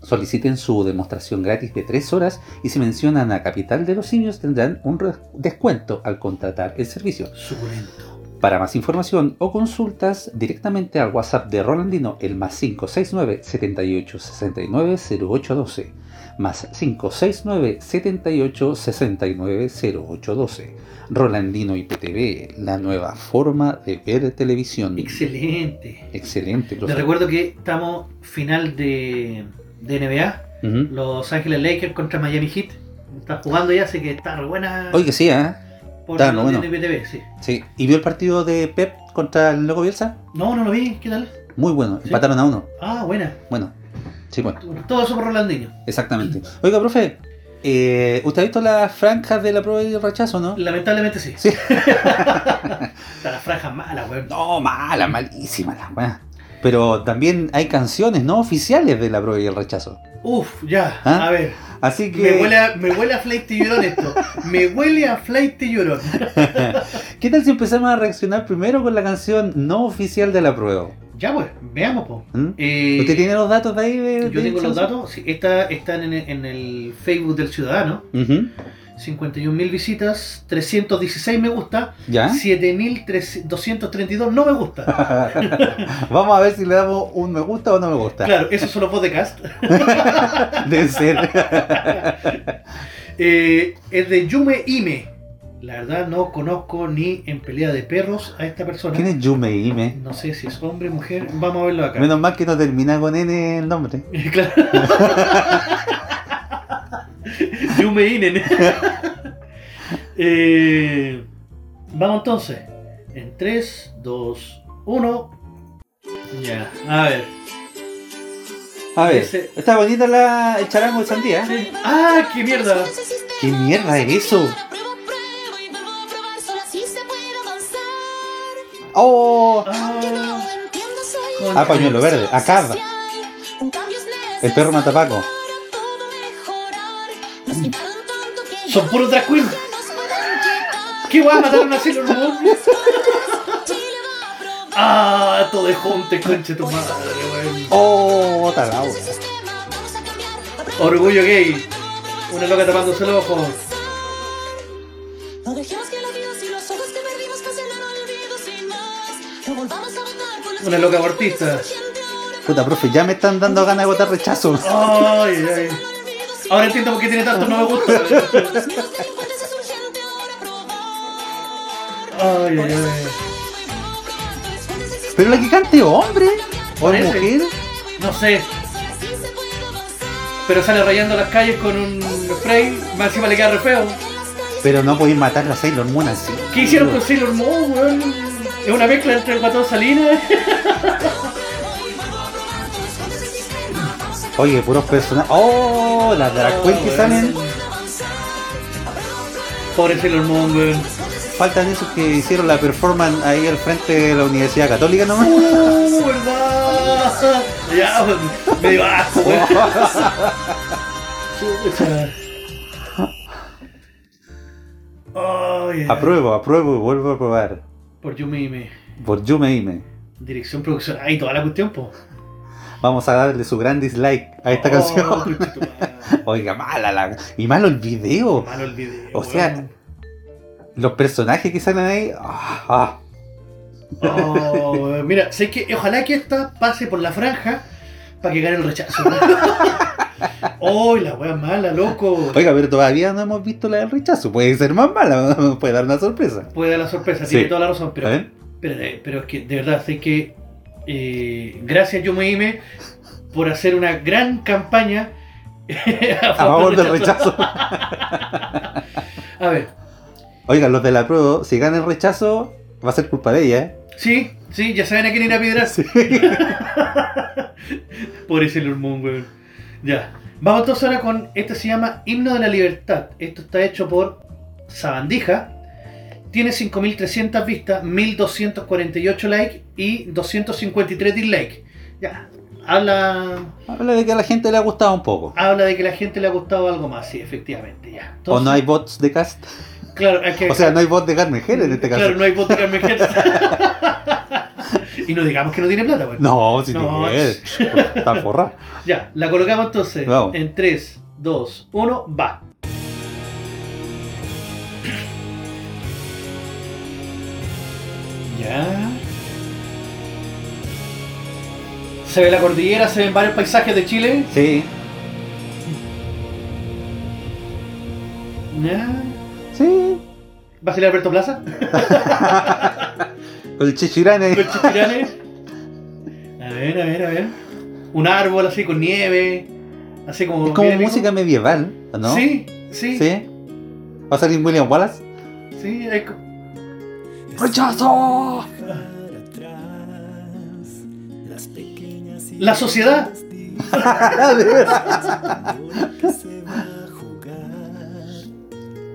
C: Soliciten su demostración gratis de 3 horas y si mencionan a Capital de los Simios tendrán un re- descuento al contratar el servicio.
B: Suculento.
C: Para más información o consultas directamente al WhatsApp de Rolandino, el más 569 78 69 0812, más 569 78 69 0812. Rolandino IPTV, la nueva forma de ver televisión.
B: Excelente.
C: Excelente,
B: Te
C: profe.
B: recuerdo que estamos final de, de NBA.
C: Ujú.
B: Los Ángeles Lakers contra Miami Heat. Está jugando ya, así que está re buena.
C: Oye, que sí, ¿eh?
B: por
C: está,
B: el
C: no, bueno.
B: NBTV, sí.
C: Sí. ¿Y vio el partido de Pep contra el Loco Bielsa?
B: No, no lo vi, ¿qué tal?
C: Muy bueno,
B: Sí.
C: empataron a uno.
B: Ah, buena.
C: Bueno, sí, pues. bueno,
B: Todo eso por Rolandinho.
C: exactamente. Oiga, profe, eh, ¿usted ha visto las franjas de la prueba y el rechazo, no?
B: Lamentablemente sí.
C: Sí.
B: Está la franja mala, weón.
C: No, mala, malísima la weá. Pero también hay canciones no oficiales de la prueba y el rechazo.
B: Uf, ya.
C: ¿Ah?
B: A ver.
C: Así que,
B: Me huele, a, me huele a flight y llorón esto. Me huele a flight y llorón.
C: ¿qué tal si empezamos a reaccionar primero con la canción no oficial de la prueba?
B: Ya, pues, veamos, po.
C: ¿Mm?
B: Eh,
C: ¿Usted tiene los datos de ahí? De,
B: Yo
C: de
B: tengo los
C: rechazo?
B: datos. Sí, esta, están en, el- en el Facebook del Ciudadano.
C: Ujú,
B: 51.000 visitas, 316 me gusta,
C: ¿Ya?
B: 7.232 no me gusta.
C: Vamos a ver si le damos un me gusta o no me gusta.
B: Claro, esos son los podcasts.
C: Debe ser.
B: Eh, es de Yume Ime. La verdad no conozco ni en pelea de perros a esta persona.
C: ¿Quién es Yume Ime?
B: No sé si es hombre o mujer. Vamos a verlo acá.
C: Menos mal que no termina con N el nombre.
B: Claro. Yume Inen. Eh, vamos entonces. En 3, 2, 1. Ya, a ver.
C: A ver,
B: Ese-
C: está bonita la, el charango de sandía. ¿eh?
B: ¡Ah, qué mierda!
D: ¿Qué mierda es eso?
C: ¡Oh!
B: Ah,
D: Ah, pañuelo verde, acá. El perro matapaco.
B: Son puros drag queens. ¿Qué guay mataron a Sailor Moon? Ah, todo de junte, conche tu madre, weón.
C: Oh, talao.
B: Orgullo gay. Una loca tapándose el ojo.
D: No dejemos que la vida y los ojos que perdimos pasen al olvido sin más. No volvamos a votar por los
B: Una loca abortista.
C: Puta, profe, ya me están dando ganas de votar rechazo.
B: Ay, ay. Ahora entiendo por qué tiene tanto no me gusta. Ay, ay, ay.
C: Pero la que cante hombre o
B: Parece.
C: mujer.
B: No sé, pero sale rayando las calles con un spray. Más encima le queda re feo.
C: Pero no podéis matar a Sailor Moon así.
B: ¿Qué hicieron con Sailor Moon, weón? Es una mezcla entre el guatón Salinas.
C: Oye, puros personajes. Oh, las drag queens que
B: Oh,
C: salen.
B: Pobre Sailor Moon, weón.
C: Faltan esos que hicieron la performance ahí al frente de la Universidad Católica nomás.
B: ¡Uh, verdad! Ya, weón, medio asco, weón. Chucha. Ay, ay.
C: apruebo, apruebo y vuelvo a probar.
B: Oh, Por Yumi Ime.
C: Por Yume Ime.
B: Dirección, producción. Ay, toda la cuestión, po.
C: Vamos a darle su gran dislike a esta
B: Oh,
C: canción.
B: conchetumare.
C: Oiga, mala la. Y malo el video.
B: Malo el video.
C: O sea, Los personajes que salen ahí. ah, ah.
B: weón. Oh, weón. mira, sé que ojalá que esta pase por la franja para que gane el rechazo. ¡Oh, la wea mala, loco!
C: Oiga, pero todavía no hemos visto la del rechazo. Puede ser más mala, puede dar una sorpresa.
B: Puede dar la sorpresa,
C: Sí.
B: tiene toda la razón, pero,
C: A ver.
B: pero, de- pero es que de verdad sé que eh, gracias Yumeime por hacer una gran campaña a
C: A favor del rechazo.
B: A ver,
C: Oiga, los de la prueba, si gana el rechazo, va a ser culpa de ella, ¿eh?
B: sí, sí, ya saben a quién ir a piedras.
C: Sí.
B: Por ese Moon, weón. Ya. Vamos entonces ahora con. Este se llama Himno de la Libertad. Esto está hecho por Sabandija. Tiene 5.300 vistas, 1.248 likes y 253 dislikes. Ya. Habla,
C: Habla de que a la gente le ha gustado un poco.
B: habla de que la gente le ha gustado algo más, sí, efectivamente. Ya.
C: O
B: Entonces,
C: no hay bots de cast.
B: Claro, hay que-
C: O sea, no hay bots de Carmen Gera en este caso.
B: Claro, no hay vodka en mi y no digamos que no tiene plata, weón.
C: No, si
B: No.
C: tiene que Está forrado.
B: Ya, la colocamos entonces.
C: Vamos.
B: En 3, 2, 1, va. Ya. Se ve la cordillera, se ven varios paisajes de Chile.
C: Sí,
B: Ya.
C: sí.
B: ¿Va a salir Alberto Plaza?
C: Con el chichirane.
B: Con chichiranes. A ver, a ver, a ver. Un árbol así con nieve. Así como.
C: Es como
B: bien épico.
C: música medieval, ¿o ¿no?
B: Sí, sí, sí.
C: ¿Sí? ¿Va a salir William Wallace?
B: es co-
C: ¡Rechazo!
B: La sociedad.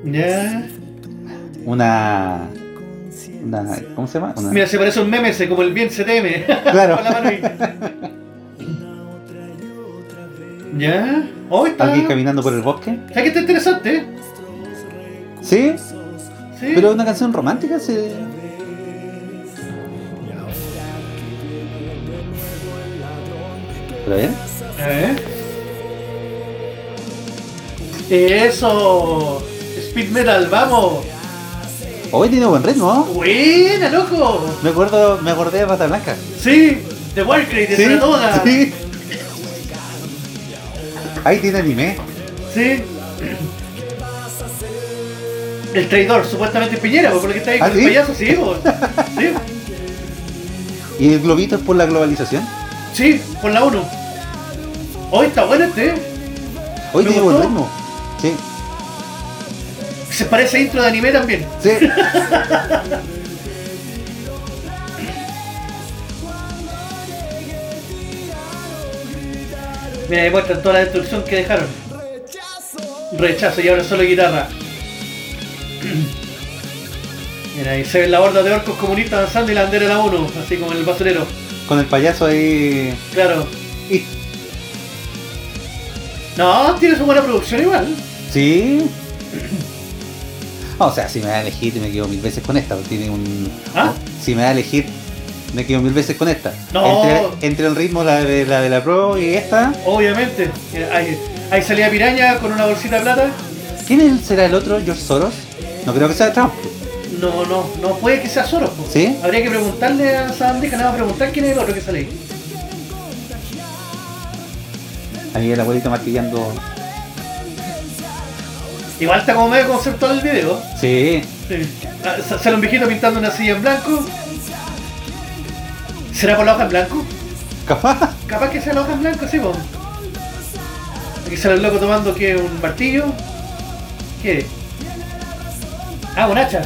B: Ya.
C: Una. Una. ¿Cómo se llama? Una-
B: Mira, se parece a un meme, se como el bien se teme.
C: Claro.
B: Con la mano ahí. Ya. Hoy está.
C: ¿Alguien caminando por el bosque?
B: ¿Sabes que está interesante? eh?
C: Sí,
B: Sí.
C: pero una canción romántica se. Pero a ver.
B: A ver. Eso. Speed metal, vamos.
C: Hoy tiene buen ritmo. ¿no?
B: Buena, loco.
C: Me acuerdo, me acordé de Bata Blanca.
B: Sí. The Warcry, de Saratoga.
C: sí. Ahí tiene anime.
B: Sí. El traidor, supuestamente Piñera, pues, porque está ahí
C: ¿Ah,
B: con el
C: sí?
B: payaso, sí, po. sí,
C: Y el globito es por la globalización.
B: sí, por la 1. Hoy está bueno este.
C: Hoy
B: ¿Me
C: tiene buen
B: gustó?
C: ritmo. Sí,
B: Se parece a intro de anime también.
C: sí.
B: Mira, ahí muestran toda la destrucción que dejaron. Rechazo y ahora solo guitarra. Mira, ahí se ven la horda de orcos comunistas avanzando y la bandera de la 1, así como en el basurero.
C: Con el payaso ahí.
B: Claro.
C: Y-
B: No, tiene su buena producción igual.
C: Sí. O sea, si me da a elegir, me quedo mil veces con esta. porque Tiene un.
B: ¿Ah?
C: Si me da a elegir, me quedo mil veces con esta.
B: No.
C: Entre, entre el ritmo la de la de la Pro y esta.
B: Obviamente, eh, ahí, ahí salía Piraña con una bolsita de plata.
C: ¿Quién es- será el otro? ¿George Soros? No creo que sea Trump.
B: No, no, no puede que sea Soros. po.
C: ¿Sí?
B: Habría que preguntarle a Sam Dick, nada más preguntar quién es el otro que sale ahí.
C: Ahí el abuelito martillando.
B: Igual está como medio conceptual el video.
C: Sí.
B: Sí. Ah, sa- Sale un viejito pintando una silla en blanco. ¿Será por la hoja en blanco?
C: Capaz.
B: Capaz que sea la hoja en blanco, sí, po. Aquí sale el loco tomando que un martillo. ¿Qué? Ah, un hacha.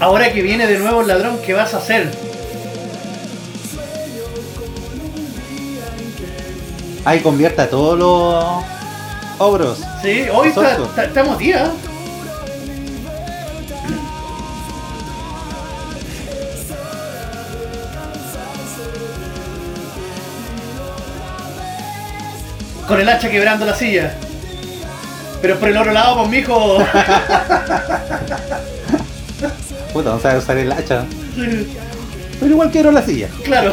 B: Ahora que viene de nuevo el ladrón, ¿qué vas a hacer?
C: Ahí convierte a todos los ogros.
B: Sí, hoy está-
C: Exacto.
B: está- estamos día. Con el hacha quebrando la silla. Pero por el otro lado, pues mijo.
C: Puta, no sabe usar el hacha. Pero igual quiero la silla.
B: claro,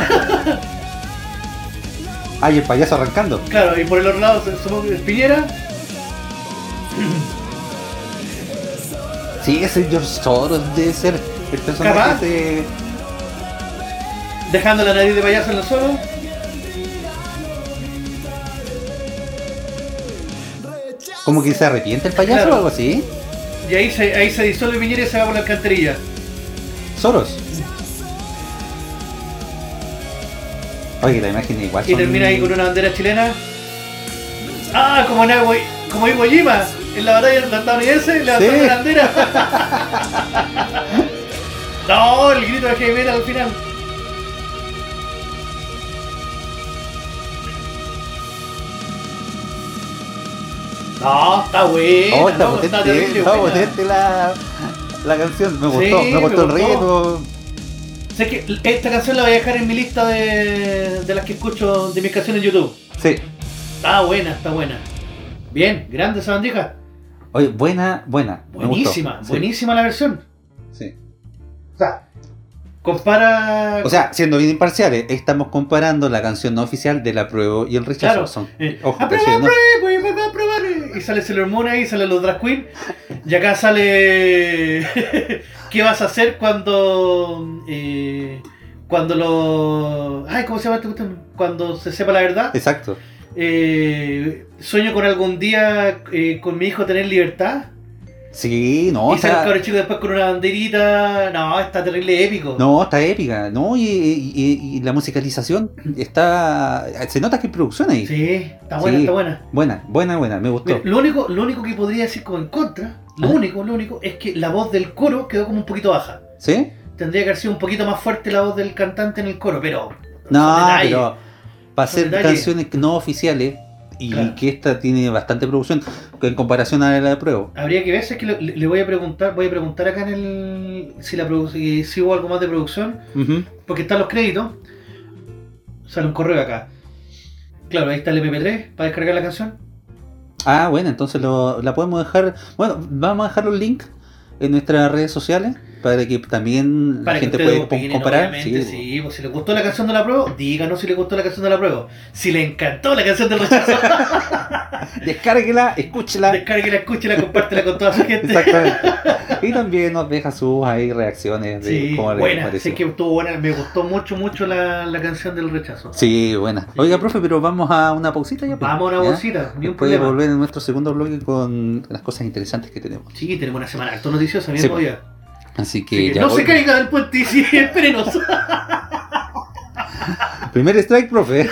C: Ahí el payaso arrancando.
B: claro, y por el otro lado, supongo que es Piñera.
C: Sí, ese George Soros debe ser el
B: Capaz.
C: personaje de...
B: Dejando la nariz de payaso en el suelo.
C: Como que se arrepiente el payaso
B: Claro.
C: o algo así.
B: Y ahí se, ahí se disuelve Piñera y se va por la alcantarilla.
C: Soros. Oye, la imagen es igual.
B: Y
C: son-
B: termina ahí con una bandera chilena. Ah, como en Agua- como Iwo Jima, en la batalla estadounidense, levantando
C: Sí.
B: la bandera. no, el grito de heavy metal al final. No, está bueno.
C: Oh, está
B: no,
C: potente,
B: terrible
C: está
B: buena.
C: potente la, la canción. Me
B: Sí,
C: gustó, me
B: me
C: gustó el
B: gustó.
C: ritmo.
B: Sé que esta canción la voy a dejar en mi lista de, de las que escucho de mis canciones en YouTube.
C: Sí.
B: Está buena, está buena. Bien, grande esa bandija.
C: Oye, buena, buena. me gustó.
B: Buenísima,
C: Sí,
B: buenísima la versión.
C: sí.
B: O sea, compara.
C: O sea, siendo bien imparciales, estamos comparando la canción no oficial de la prueba y el rechazo.
B: Claro.
C: Son-
B: eh,
C: ojo,
B: "A
C: que
B: probar,
C: sí, ¿no?
B: a probar, voy a probar". Y sale Sailor Moon ahí, sale los drag queen. Y acá sale. ¿Qué vas a hacer cuando. eh, cuando lo. Ay, ¿cómo se llama esta cuestión? Cuando se sepa la verdad.
C: Exacto.
B: Eh, sueño con algún día eh, con mi hijo tener libertad.
C: Sí, no,
B: y sale el
C: está,
B: cabro chico después con una banderita. No, está terrible épico.
C: no, está épica, ¿no? Y, y- y- y la musicalización está. Se nota que hay producción ahí.
B: Sí, está buena,
C: Sí.
B: está buena.
C: Buena, buena, buena, me gustó.
B: Mira, lo, único, lo único que podría decir como en contra, lo
C: Ajá.
B: único, lo único, es que la voz del coro quedó como un poquito baja.
C: ¿Sí?
B: Tendría que haber sido un poquito más fuerte la voz del cantante en el coro, pero. son
C: No,
B: detalles.
C: pero para
B: Son
C: hacer
B: detalles.
C: canciones no oficiales y
B: Claro.
C: que esta tiene bastante producción en comparación a la de prueba.
B: Habría que ver, si es que lo- le, le voy a preguntar, voy a preguntar acá en el. si la produ- si- si hubo algo más de producción,
C: Ujú.
B: porque están los créditos. Sale un correo acá. Claro, ahí está el MP3 para descargar la canción.
C: Ah, bueno, entonces lo- la podemos dejar. Bueno, vamos a dejar los links en nuestras redes sociales para que también
B: Para
C: la gente
B: que ustedes
C: pueda
B: opinen,
C: comparar.
B: obviamente, sí, pues, si les gustó la canción de la prueba, díganos si les gustó la canción de la prueba. Si les encantó la canción del rechazo.
C: Descárguela, escúchela.
B: Descárguela, escúchela, compártela con toda su gente.
C: Exactamente. Y también nos deja sus ahí reacciones de
B: Sí,
C: cómo les
B: buena,
C: pareció.
B: sé que estuvo buena, me gustó mucho, mucho la, la canción del rechazo.
C: Sí, buena. Oiga, profe, pero vamos a una pausita ya. pues,
B: Vamos a una
C: ¿ya?
B: bolsita, ni un
C: Puede
B: problema.
C: volver en nuestro segundo bloque con las cosas interesantes que tenemos.
B: Sí, tenemos una semana harto noticiosa,
C: Sí,
B: bien
C: pues,
B: podía.
C: Así que,
B: Así que
C: ya
B: no
C: voy.
B: se caiga del puente y sí, espérenos.
C: Primer strike, profe.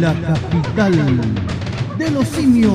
A: La capital de los simios.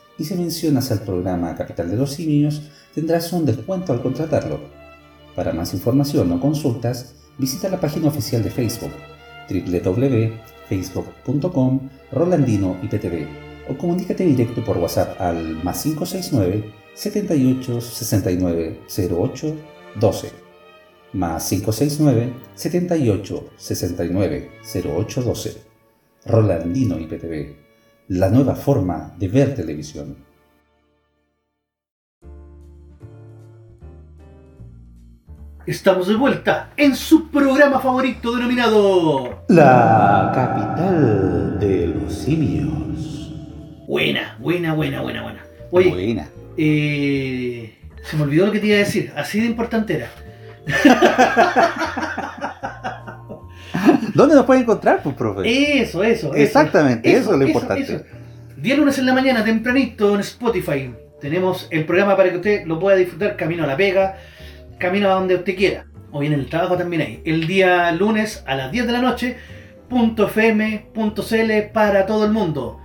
C: y si mencionas al programa Capital de los Simios, tendrás un descuento al contratarlo. Para más información o consultas, visita la página oficial de Facebook www.facebook.com Rolandino IPTV o comunícate directo por WhatsApp al más 569 78 69 08 12 más 569 78 69 08 12 Rolandino IPTV la nueva forma de ver televisión.
B: Estamos de vuelta en su programa favorito denominado
C: La capital de los simios.
B: Buena, buena, buena, buena, buena. Oye,
C: Buena.
B: eh, se me olvidó lo que te iba a decir, así de importante era.
C: ¿Dónde nos puede encontrar, pues, profe?
B: Eso, eso. eso.
C: Exactamente, eso es lo importante.
B: eso. Día lunes en la mañana, tempranito, en Spotify. Tenemos el programa para que usted lo pueda disfrutar camino a la pega, camino a donde usted quiera. O bien en el trabajo también ahí. El día lunes a las 10 de la noche, .fm.cl para todo el mundo.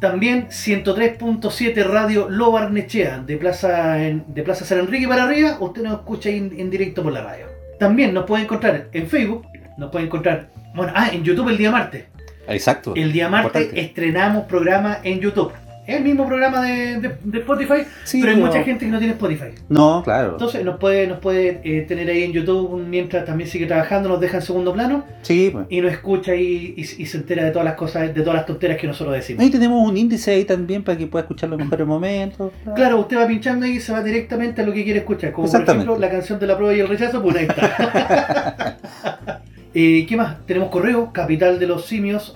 B: También 103.7 Radio Lo Barnechea, de Plaza, en- de Plaza San Enrique para arriba. Usted nos escucha ahí en, en directo por la radio. También nos puede encontrar en Facebook, nos puede encontrar, bueno, ah, en YouTube el día martes.
C: Exacto.
B: El día martes
C: Importante.
B: estrenamos programa en YouTube. Es el mismo programa de, de- de Spotify,
C: Sí,
B: pero hay
C: no-
B: mucha gente que no tiene Spotify.
C: No, claro.
B: Entonces nos puede, nos puede eh, tener ahí en YouTube mientras también sigue trabajando, nos deja en segundo plano
C: sí, pues.
B: y nos escucha y, y- y se entera de todas las cosas, de todas las tonteras que nosotros decimos.
C: Ahí tenemos un índice ahí también para que pueda escuchar los mejores momentos.
B: Claro, usted va pinchando ahí y se va directamente a lo que quiere escuchar, como por
C: Exactamente.
B: ejemplo la canción de la prueba y el rechazo, pues ahí está. Eh, ¿Qué más? Tenemos correo capital de los simios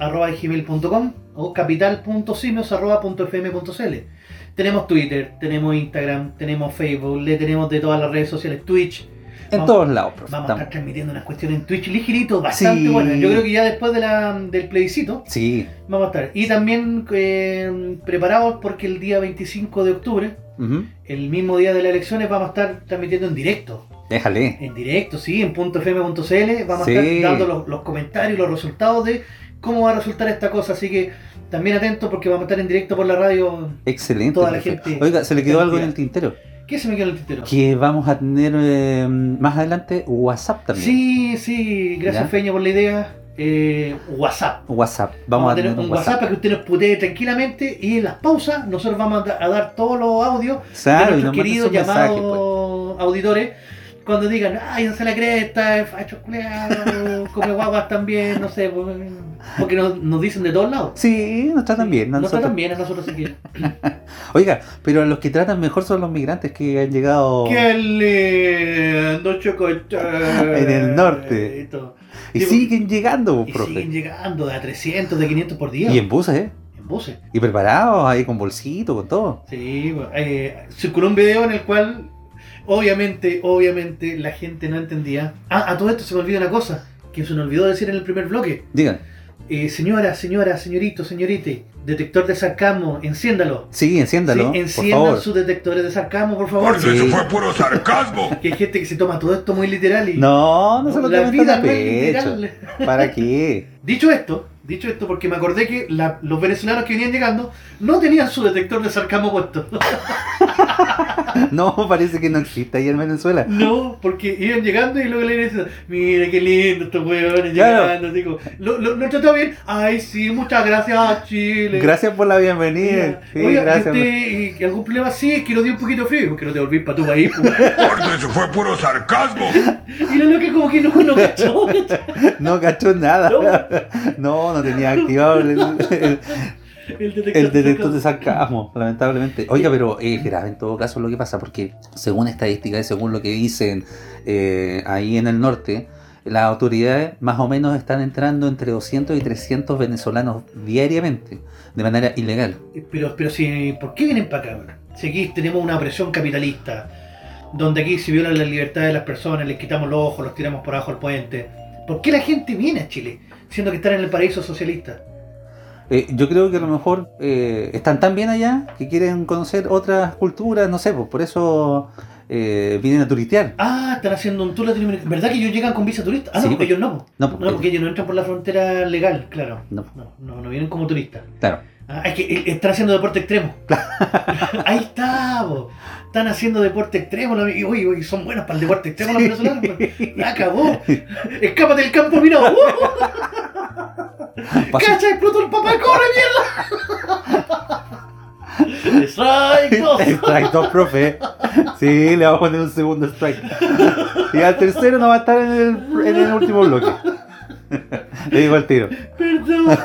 B: o capital.simios Tenemos Twitter, tenemos Instagram, tenemos Facebook, le tenemos de todas las redes sociales, Twitch.
C: En
B: Vamos-
C: todos lados, profe.
B: Vamos a
C: estamos.
B: estar transmitiendo unas cuestiones en Twitch ligerito, bastante
C: Sí.
B: buenas. Yo creo que ya después de la- del plebiscito
C: Sí.
B: vamos a estar. Y también eh, preparados porque el día 25 de octubre
C: ujú.
B: el mismo día de las elecciones vamos a estar transmitiendo en directo.
C: Déjale.
B: En directo, sí, en .fm.cl vamos a
C: Sí.
B: estar dando los, los comentarios, los resultados de cómo va a resultar esta cosa. Así que también atentos porque vamos a estar en directo por la radio.
C: Excelente.
B: Toda la
C: profe.
B: gente-
C: Oiga, se le quedó algo en el
B: cantidad.
C: tintero.
B: ¿Qué se me quedó en el tintero?
C: Que vamos a tener eh, más adelante WhatsApp también.
B: Sí, sí, gracias
C: ¿Ya?
B: Feña por la idea. Eh, WhatsApp.
C: WhatsApp. Vamos,
B: a tener un WhatsApp para que usted nos putee tranquilamente y en las pausas nosotros vamos a, da- a dar todos los audios
C: Claro,
B: de
C: y
B: nuestros
C: nos mandan
B: queridos
C: sus mensajes. pues.
B: llamados auditores cuando digan, ay, no se la cresta, es facho culeado, come guaguas también, no sé, pues, porque nos, nos dicen de todos lados.
C: Sí, nos tratan bien.
B: No
C: nosotros-
B: tratan bien a nosotros si quieren.
C: Oiga, pero los que tratan mejor son los migrantes que han llegado.
B: ¡Qué lindo, chocochón!
C: En el norte.
B: Y, todo.
C: Y
B: Sí,
C: siguen llegando,
B: Y
C: profe.
B: siguen llegando de a 300, de 500 por día.
C: Y en buses, ¿eh?
B: En buses.
C: Y preparados ahí con bolsito, con todo.
B: Sí, bueno, eh, circuló un video en el cual, obviamente, obviamente, la gente no entendía. Ah, a todo esto se me olvida una cosa, que se me olvidó decir en el primer bloque.
C: Digan,
B: Eh, señora, señora, señorito, señorite, detector de sarcasmo, enciéndalo.
C: sí, enciéndalo,
B: Sí,
C: por
B: enciendan
C: favor.
B: sus detectores de sarcasmo, por favor.
E: Parce, eso
C: Sí.
E: fue puro sarcasmo.
B: Que hay gente que se toma todo esto muy literal y
C: No, no se lo
B: la
C: tomen tan
B: vida
C: a
B: no es
C: pecho.
B: literal.
C: ¿Para qué?
B: Dicho esto, dicho esto, porque me acordé que la- los venezolanos que venían llegando no tenían su detector de sarcasmo puesto.
C: No, parece que no existe ahí en Venezuela.
B: No, porque iban llegando y luego le decían, mira qué lindo estos huevones
C: Claro.
B: llegando. Digo, ¿lo, lo, lo trató bien? Ay, sí, muchas gracias, Chile.
C: Gracias por la bienvenida. Sí,
B: Oiga,
C: gracias.
B: este, eh, ¿algún problema? Sí, es que nos dio un poquito de frío. Porque no te volvís para tu país. pues.
E: Parce, eso fue puro sarcasmo.
B: y la loca como que no no cachó.
C: No cachó nada.
B: No.
C: No, no tenía activado el, el-
B: El detector,
C: el detector de sarcasmo, lamentablemente. Oiga, pero es grave en todo caso lo que pasa, porque según estadísticas y según lo que dicen eh, ahí en el norte, las autoridades más o menos están entrando entre 200 y 300 venezolanos diariamente, de manera ilegal.
B: Eh, Pero, pero si, ¿por qué vienen para acá? weón? Si aquí tenemos una opresión capitalista. donde aquí se violan las libertades de las personas, les quitamos los ojos, los tiramos por abajo al puente. ¿Por qué la gente viene a Chile, siendo que están en el paraíso socialista?
C: Eh, yo creo que a lo mejor eh, están tan bien allá que quieren conocer otras culturas, no sé, pues por eso eh, vienen a turistear.
B: Ah, están haciendo un tour latinoamericano. ¿Verdad que ellos llegan con visa turista? Ah, no,
C: Sí,
B: porque
C: pues.
B: ellos no.
C: No,
B: No, porque ellos no entran por la frontera legal, claro.
C: No. pues,
B: No, no, no vienen como turistas.
C: Claro.
B: Ah, es que eh, están haciendo deporte extremo. Ahí está, po. están haciendo deporte extremo. la- Y uy, uy, son buenos para el deporte extremo los venezolanos. po. La acabó. Escápate del campo, mira. Uh,
C: Paso-
B: ¡Cacha! ¡Explotó el papá! ¡Corre, mierda! ¡Strike dos.
C: Strike 2, profe. Sí, le vamos a poner un segundo strike. Y al tercero no va a estar en el, en el último bloque. Le digo al tiro.
B: Perdón.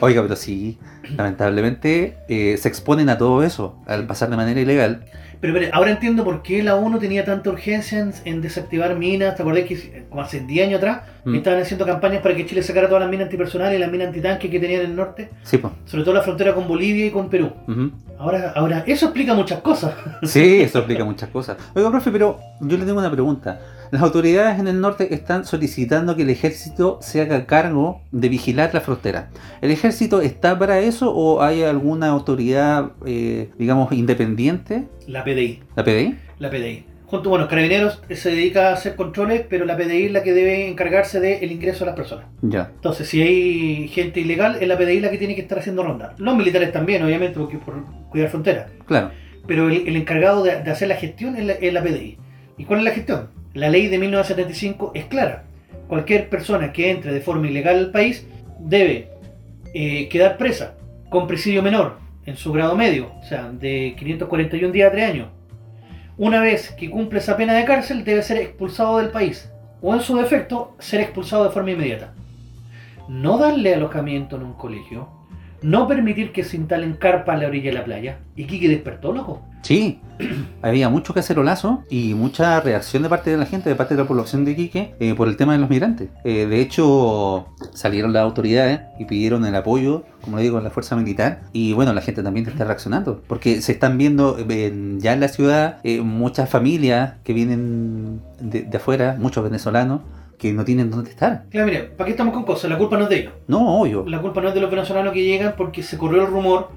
C: Oiga, pero sí, lamentablemente eh, se exponen a todo eso al pasar de manera ilegal.
B: Pero, espere, ahora entiendo por qué la ONU tenía tanta urgencia en, en desactivar minas. ¿Te acordás que eh, como hace 10 años atrás
C: Mm.
B: estaban haciendo campañas para que Chile sacara todas las minas antipersonales y las minas antitanques que tenían en el norte?
C: Sí, pues.
B: Sobre todo la frontera con Bolivia y con Perú.
C: ujú.
B: Ahora, ahora eso explica muchas cosas.
C: Sí, eso explica muchas cosas. Oiga, profe, pero yo le tengo una pregunta. Las autoridades en el norte están solicitando que el ejército se haga cargo de vigilar la frontera. ¿El ejército está para eso o hay alguna autoridad, eh, digamos, independiente?
B: La PDI.
C: ¿La PDI?
B: La PDI. Junto, bueno, Carabineros eh, se dedica a hacer controles, pero la PDI es la que debe encargarse del ingreso de las personas.
C: Ya.
B: Entonces, si hay gente ilegal, es la PDI la que tiene que estar haciendo ronda. Los militares también, obviamente, porque por cuidar fronteras.
C: Claro.
B: pero el, el encargado de, de hacer la gestión es la, es la PDI. ¿Y cuál es la gestión? La ley de 1975 es clara. Cualquier persona que entre de forma ilegal al país debe eh, quedar presa con presidio menor en su grado medio, o sea, de 541 días a 3 años. Una vez que cumple esa pena de cárcel debe ser expulsado del país o en su defecto ser expulsado de forma inmediata. No darle alojamiento en un colegio, no permitir que se instalen carpas a la orilla de la playa. ¿Y Kiki despertó, loco?
C: Sí, había mucho cacerolazo y mucha reacción de parte de la gente, de parte de la población de Iquique, eh, por el tema de los migrantes. Eh, de hecho, salieron las autoridades y pidieron el apoyo, como le digo, a la fuerza militar. Y bueno, la gente también está reaccionando, porque se están viendo en- ya en la ciudad eh, muchas familias que vienen de, de afuera, muchos venezolanos, que no tienen dónde estar.
B: Claro, mira, ¿para qué estamos con cosas? La culpa no es de ellos.
C: No, obvio.
B: La culpa no es de los venezolanos que llegan porque se corrió el rumor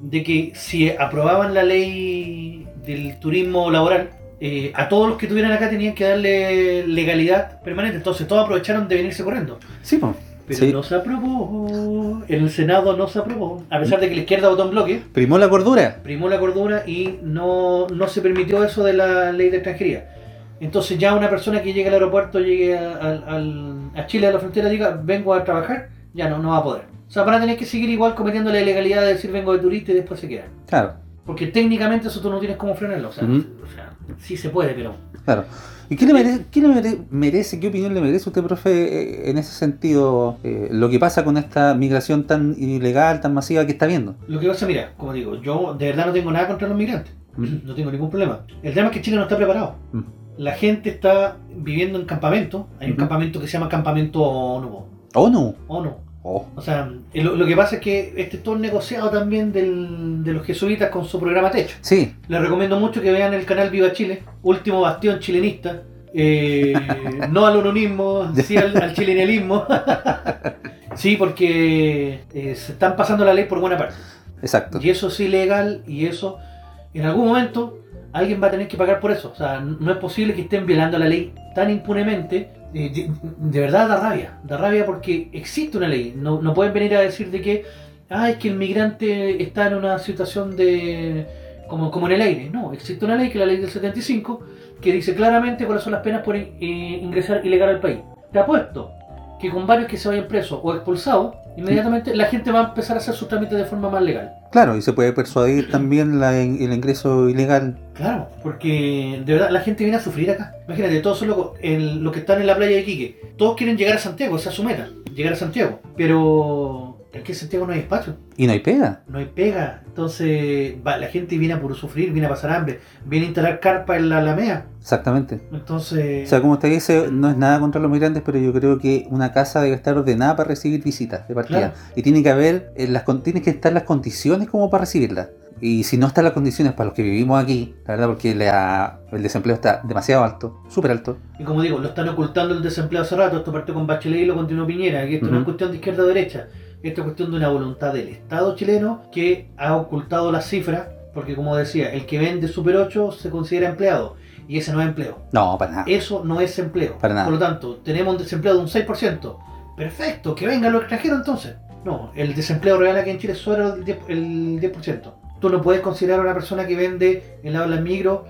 B: de que si aprobaban la ley del turismo laboral, eh, a todos los que estuvieran acá tenían que darle legalidad permanente. Entonces todos aprovecharon de venirse corriendo.
C: Sí, po.
B: Pero
C: Sí.
B: no se aprobó. En el Senado no se aprobó. A pesar de que la izquierda votó en bloque,
C: primó la cordura.
B: primó la cordura y no, no se permitió eso de la ley de extranjería. Entonces ya una persona que llegue al aeropuerto, llegue a, al- al- a Chile, a la frontera, diga, vengo a trabajar, ya no, no va a poder. O sea, van a tener que seguir igual cometiendo la ilegalidad de decir vengo de turista y después se quedan.
C: Claro,
B: Porque técnicamente eso tú no tienes cómo frenarlo. O sea,
C: Ujú.
B: o sea, sí se puede, pero...
C: claro. ¿Y qué le, mere- qué le mere- merece, qué opinión le merece usted, profe, eh, en ese sentido, eh, lo que pasa con esta migración tan ilegal, tan masiva que está viendo?
B: Lo que pasa, mira, como digo, yo de verdad no tengo nada contra los migrantes.
C: Mm.
B: No tengo ningún problema. El tema es que Chile no está preparado.
C: Mm.
B: La gente está viviendo en campamento. Hay un
C: Ujú.
B: campamento que se llama Campamento ONU.
C: ¿O no?
B: ONU.
C: Oh,
B: O sea, eh, lo, lo que pasa es que este es todo un negociado también del- de los jesuitas con su programa Techo.
C: sí,
B: Les recomiendo mucho que vean el canal Viva Chile, último bastión chilenista. eh, no al unonismo, sí al, al chilenialismo. sí, porque eh, se están pasando la ley por buena parte.
C: exacto.
B: Y eso es ilegal y eso, en algún momento, alguien va a tener que pagar por eso. O sea, n- no es posible que estén violando la ley tan impunemente. Eh, de, de verdad da rabia, da rabia porque existe una ley. No, no pueden venir a decir de que, ah, es que el migrante está en una situación de... Como, como en el aire, no, existe una ley que es la ley del 75 que dice claramente cuáles son las penas por eh, ingresar ilegal al país. Te apuesto que con varios que se vayan presos o expulsados, inmediatamente la gente va a empezar a hacer sus trámites de forma más legal.
C: Claro, y se puede persuadir también la- el ingreso ilegal.
B: Claro, porque de verdad la gente viene a sufrir acá. Imagínate, todos son locos, el- los que están en la playa de Quique. Todos quieren llegar a Santiago, esa es su meta, llegar a Santiago. Pero es que en Santiago no hay espacio,
C: Y no hay pega.
B: no hay pega. Entonces va- la gente viene a puro sufrir, viene a pasar hambre, viene a instalar carpa en la Alameda.
C: Exactamente.
B: Entonces,
C: O sea, como usted dice, no es nada contra los migrantes, pero yo creo que una casa debe estar ordenada para recibir visitas de partida.
B: Claro.
C: Y tiene que haber, eh, las, con- tienen que estar las condiciones como para recibirlas. Y si no están las condiciones para los que vivimos aquí, la verdad, porque la- el desempleo está demasiado alto, súper alto.
B: Y como digo, lo están ocultando el desempleo hace rato. Esto partió con Bachelet y lo continuó Piñera. Que esto no es
C: Ujú.
B: cuestión de izquierda o derecha. Esto es cuestión de una voluntad del Estado chileno que ha ocultado las cifras. Porque, como decía, el que vende Super 8 se considera empleado. Y ese no es empleo.
C: No, para nada.
B: Eso no es empleo.
C: Para nada.
B: Por lo tanto, tenemos un desempleo de un 6%. Perfecto, que vengan los extranjeros entonces. No, el desempleo real aquí en Chile es solo el 10%. el 10%. Tú no puedes considerar a una persona que vende en la micro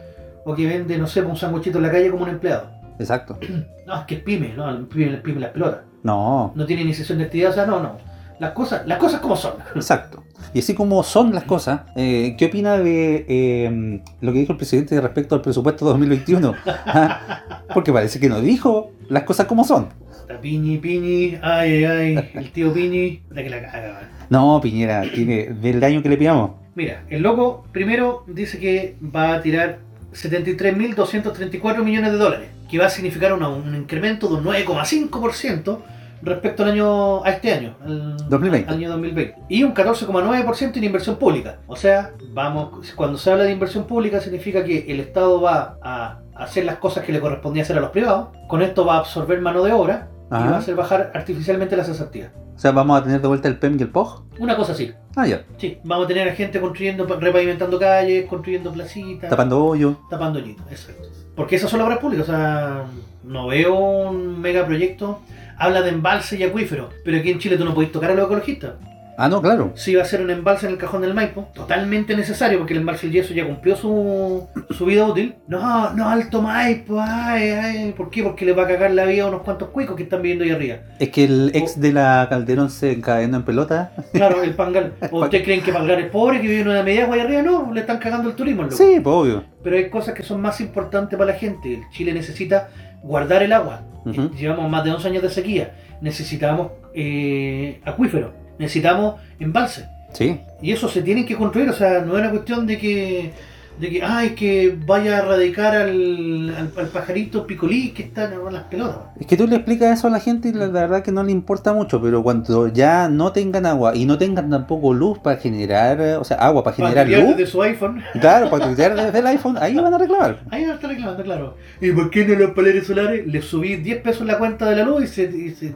B: o que vende, no sé, un sanguchito en la calle como un empleado.
C: Exacto.
B: No, es que es pyme, no, el pyme, el pyme las pelotas.
C: No,
B: No tiene iniciación de actividad, o sea, no, no. Las cosas, las cosas como son.
C: exacto. Y así como son las cosas, eh, ¿qué opina de eh, lo que dijo el presidente respecto al presupuesto 2021? Ah, Porque parece que no dijo las cosas como son.
B: La piñi, piñi, ay, ay, ay, el tío piñi, la que la caga, man.
C: No, Piñera, tiene del daño que le pillamos.
B: Mira, el loco primero dice que va a tirar 73.234 millones de dólares, que va a significar una- un incremento de un 9,5% respecto al año a este año, al
C: 2020.
B: al año 2020, y un 14,9% en inversión pública. O sea, vamos, cuando se habla de inversión pública significa que el Estado va a hacer las cosas que le correspondía hacer a los privados, con esto va a absorber mano de obra y
C: Ajá.
B: va a hacer bajar artificialmente las cesantías.
C: O sea, vamos a tener de vuelta el PEM y el POG.
B: Una cosa así.
C: Ah, ya.
B: Sí, vamos a tener a gente construyendo, repavimentando calles, construyendo placitas,
C: Tapando hoyo.
B: tapando hoyitos, exacto. Porque esas son obras públicas, o sea, no veo un megaproyecto. Habla de embalse y acuífero, pero aquí en Chile tú no podés tocar a los ecologistas.
C: Ah, no, claro.
B: Si va a ser un embalse en el cajón del Maipo, totalmente necesario porque el embalse del yeso ya cumplió su, su vida útil. No, no, alto Maipo, ay, ay, ¿por qué? Porque le va a cagar la vida a unos cuantos cuicos que están viviendo ahí arriba.
C: Es que el ex de la Calderón se encadenó en Oh. pelota.
B: Claro, el Pangal. ¿O ustedes creen que Pangal es pobre, que vive en una media guay arriba? No, le están cagando el turismo, loco.
C: Sí, pues obvio.
B: pero hay cosas que son más importantes para la gente. El Chile necesita guardar el agua. Eh,
C: Ujú.
B: Llevamos más de 11 años de sequía. Necesitamos eh, acuíferos. Necesitamos embalses.
C: Sí.
B: Y eso se tienen que construir. O sea, no es una cuestión de que, de que ay, que vaya a erradicar al, al, al pajarito picolí que está en las pelotas.
C: Es que tú le explicas eso a la gente y la, la verdad que no le importa mucho, pero cuando ya no tengan agua y no tengan tampoco luz para generar, eh, o sea, agua para generar
B: Para
C: luz,
B: desde su iPhone.
C: claro, para tuitear desde el iPhone, ahí van a reclamar.
B: Ahí no está reclamando, claro. ¿Y por qué no los paneles solares? Le subí 10 pesos la cuenta de la luz y se. y se-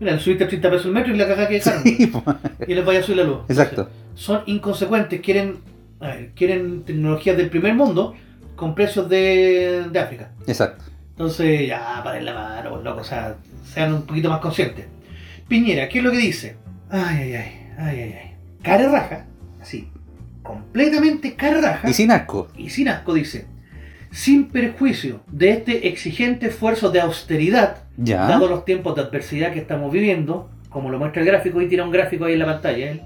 B: mira, le subiste 30 pesos el metro y la caja que dejaron.
C: Sí, po.
B: Y les vaya a subir la luz.
C: Exacto.
B: Son inconsecuentes, quieren, a ver, quieren tecnologías del primer mundo con precios de, de África.
C: Exacto.
B: Entonces, ya, paren la mano, pues, loco, o sea, sean un poquito más conscientes. Piñera, ¿qué es lo que dice? Ay, ay, ay, ay, ay, ay. Cara raja, así, completamente cara raja
C: Y sin asco.
B: y sin asco dice, sin perjuicio de este exigente esfuerzo de austeridad,
C: Ya.
B: dados los tiempos de adversidad que estamos viviendo, como lo muestra el gráfico, y tira un gráfico ahí en la pantalla, ¿eh?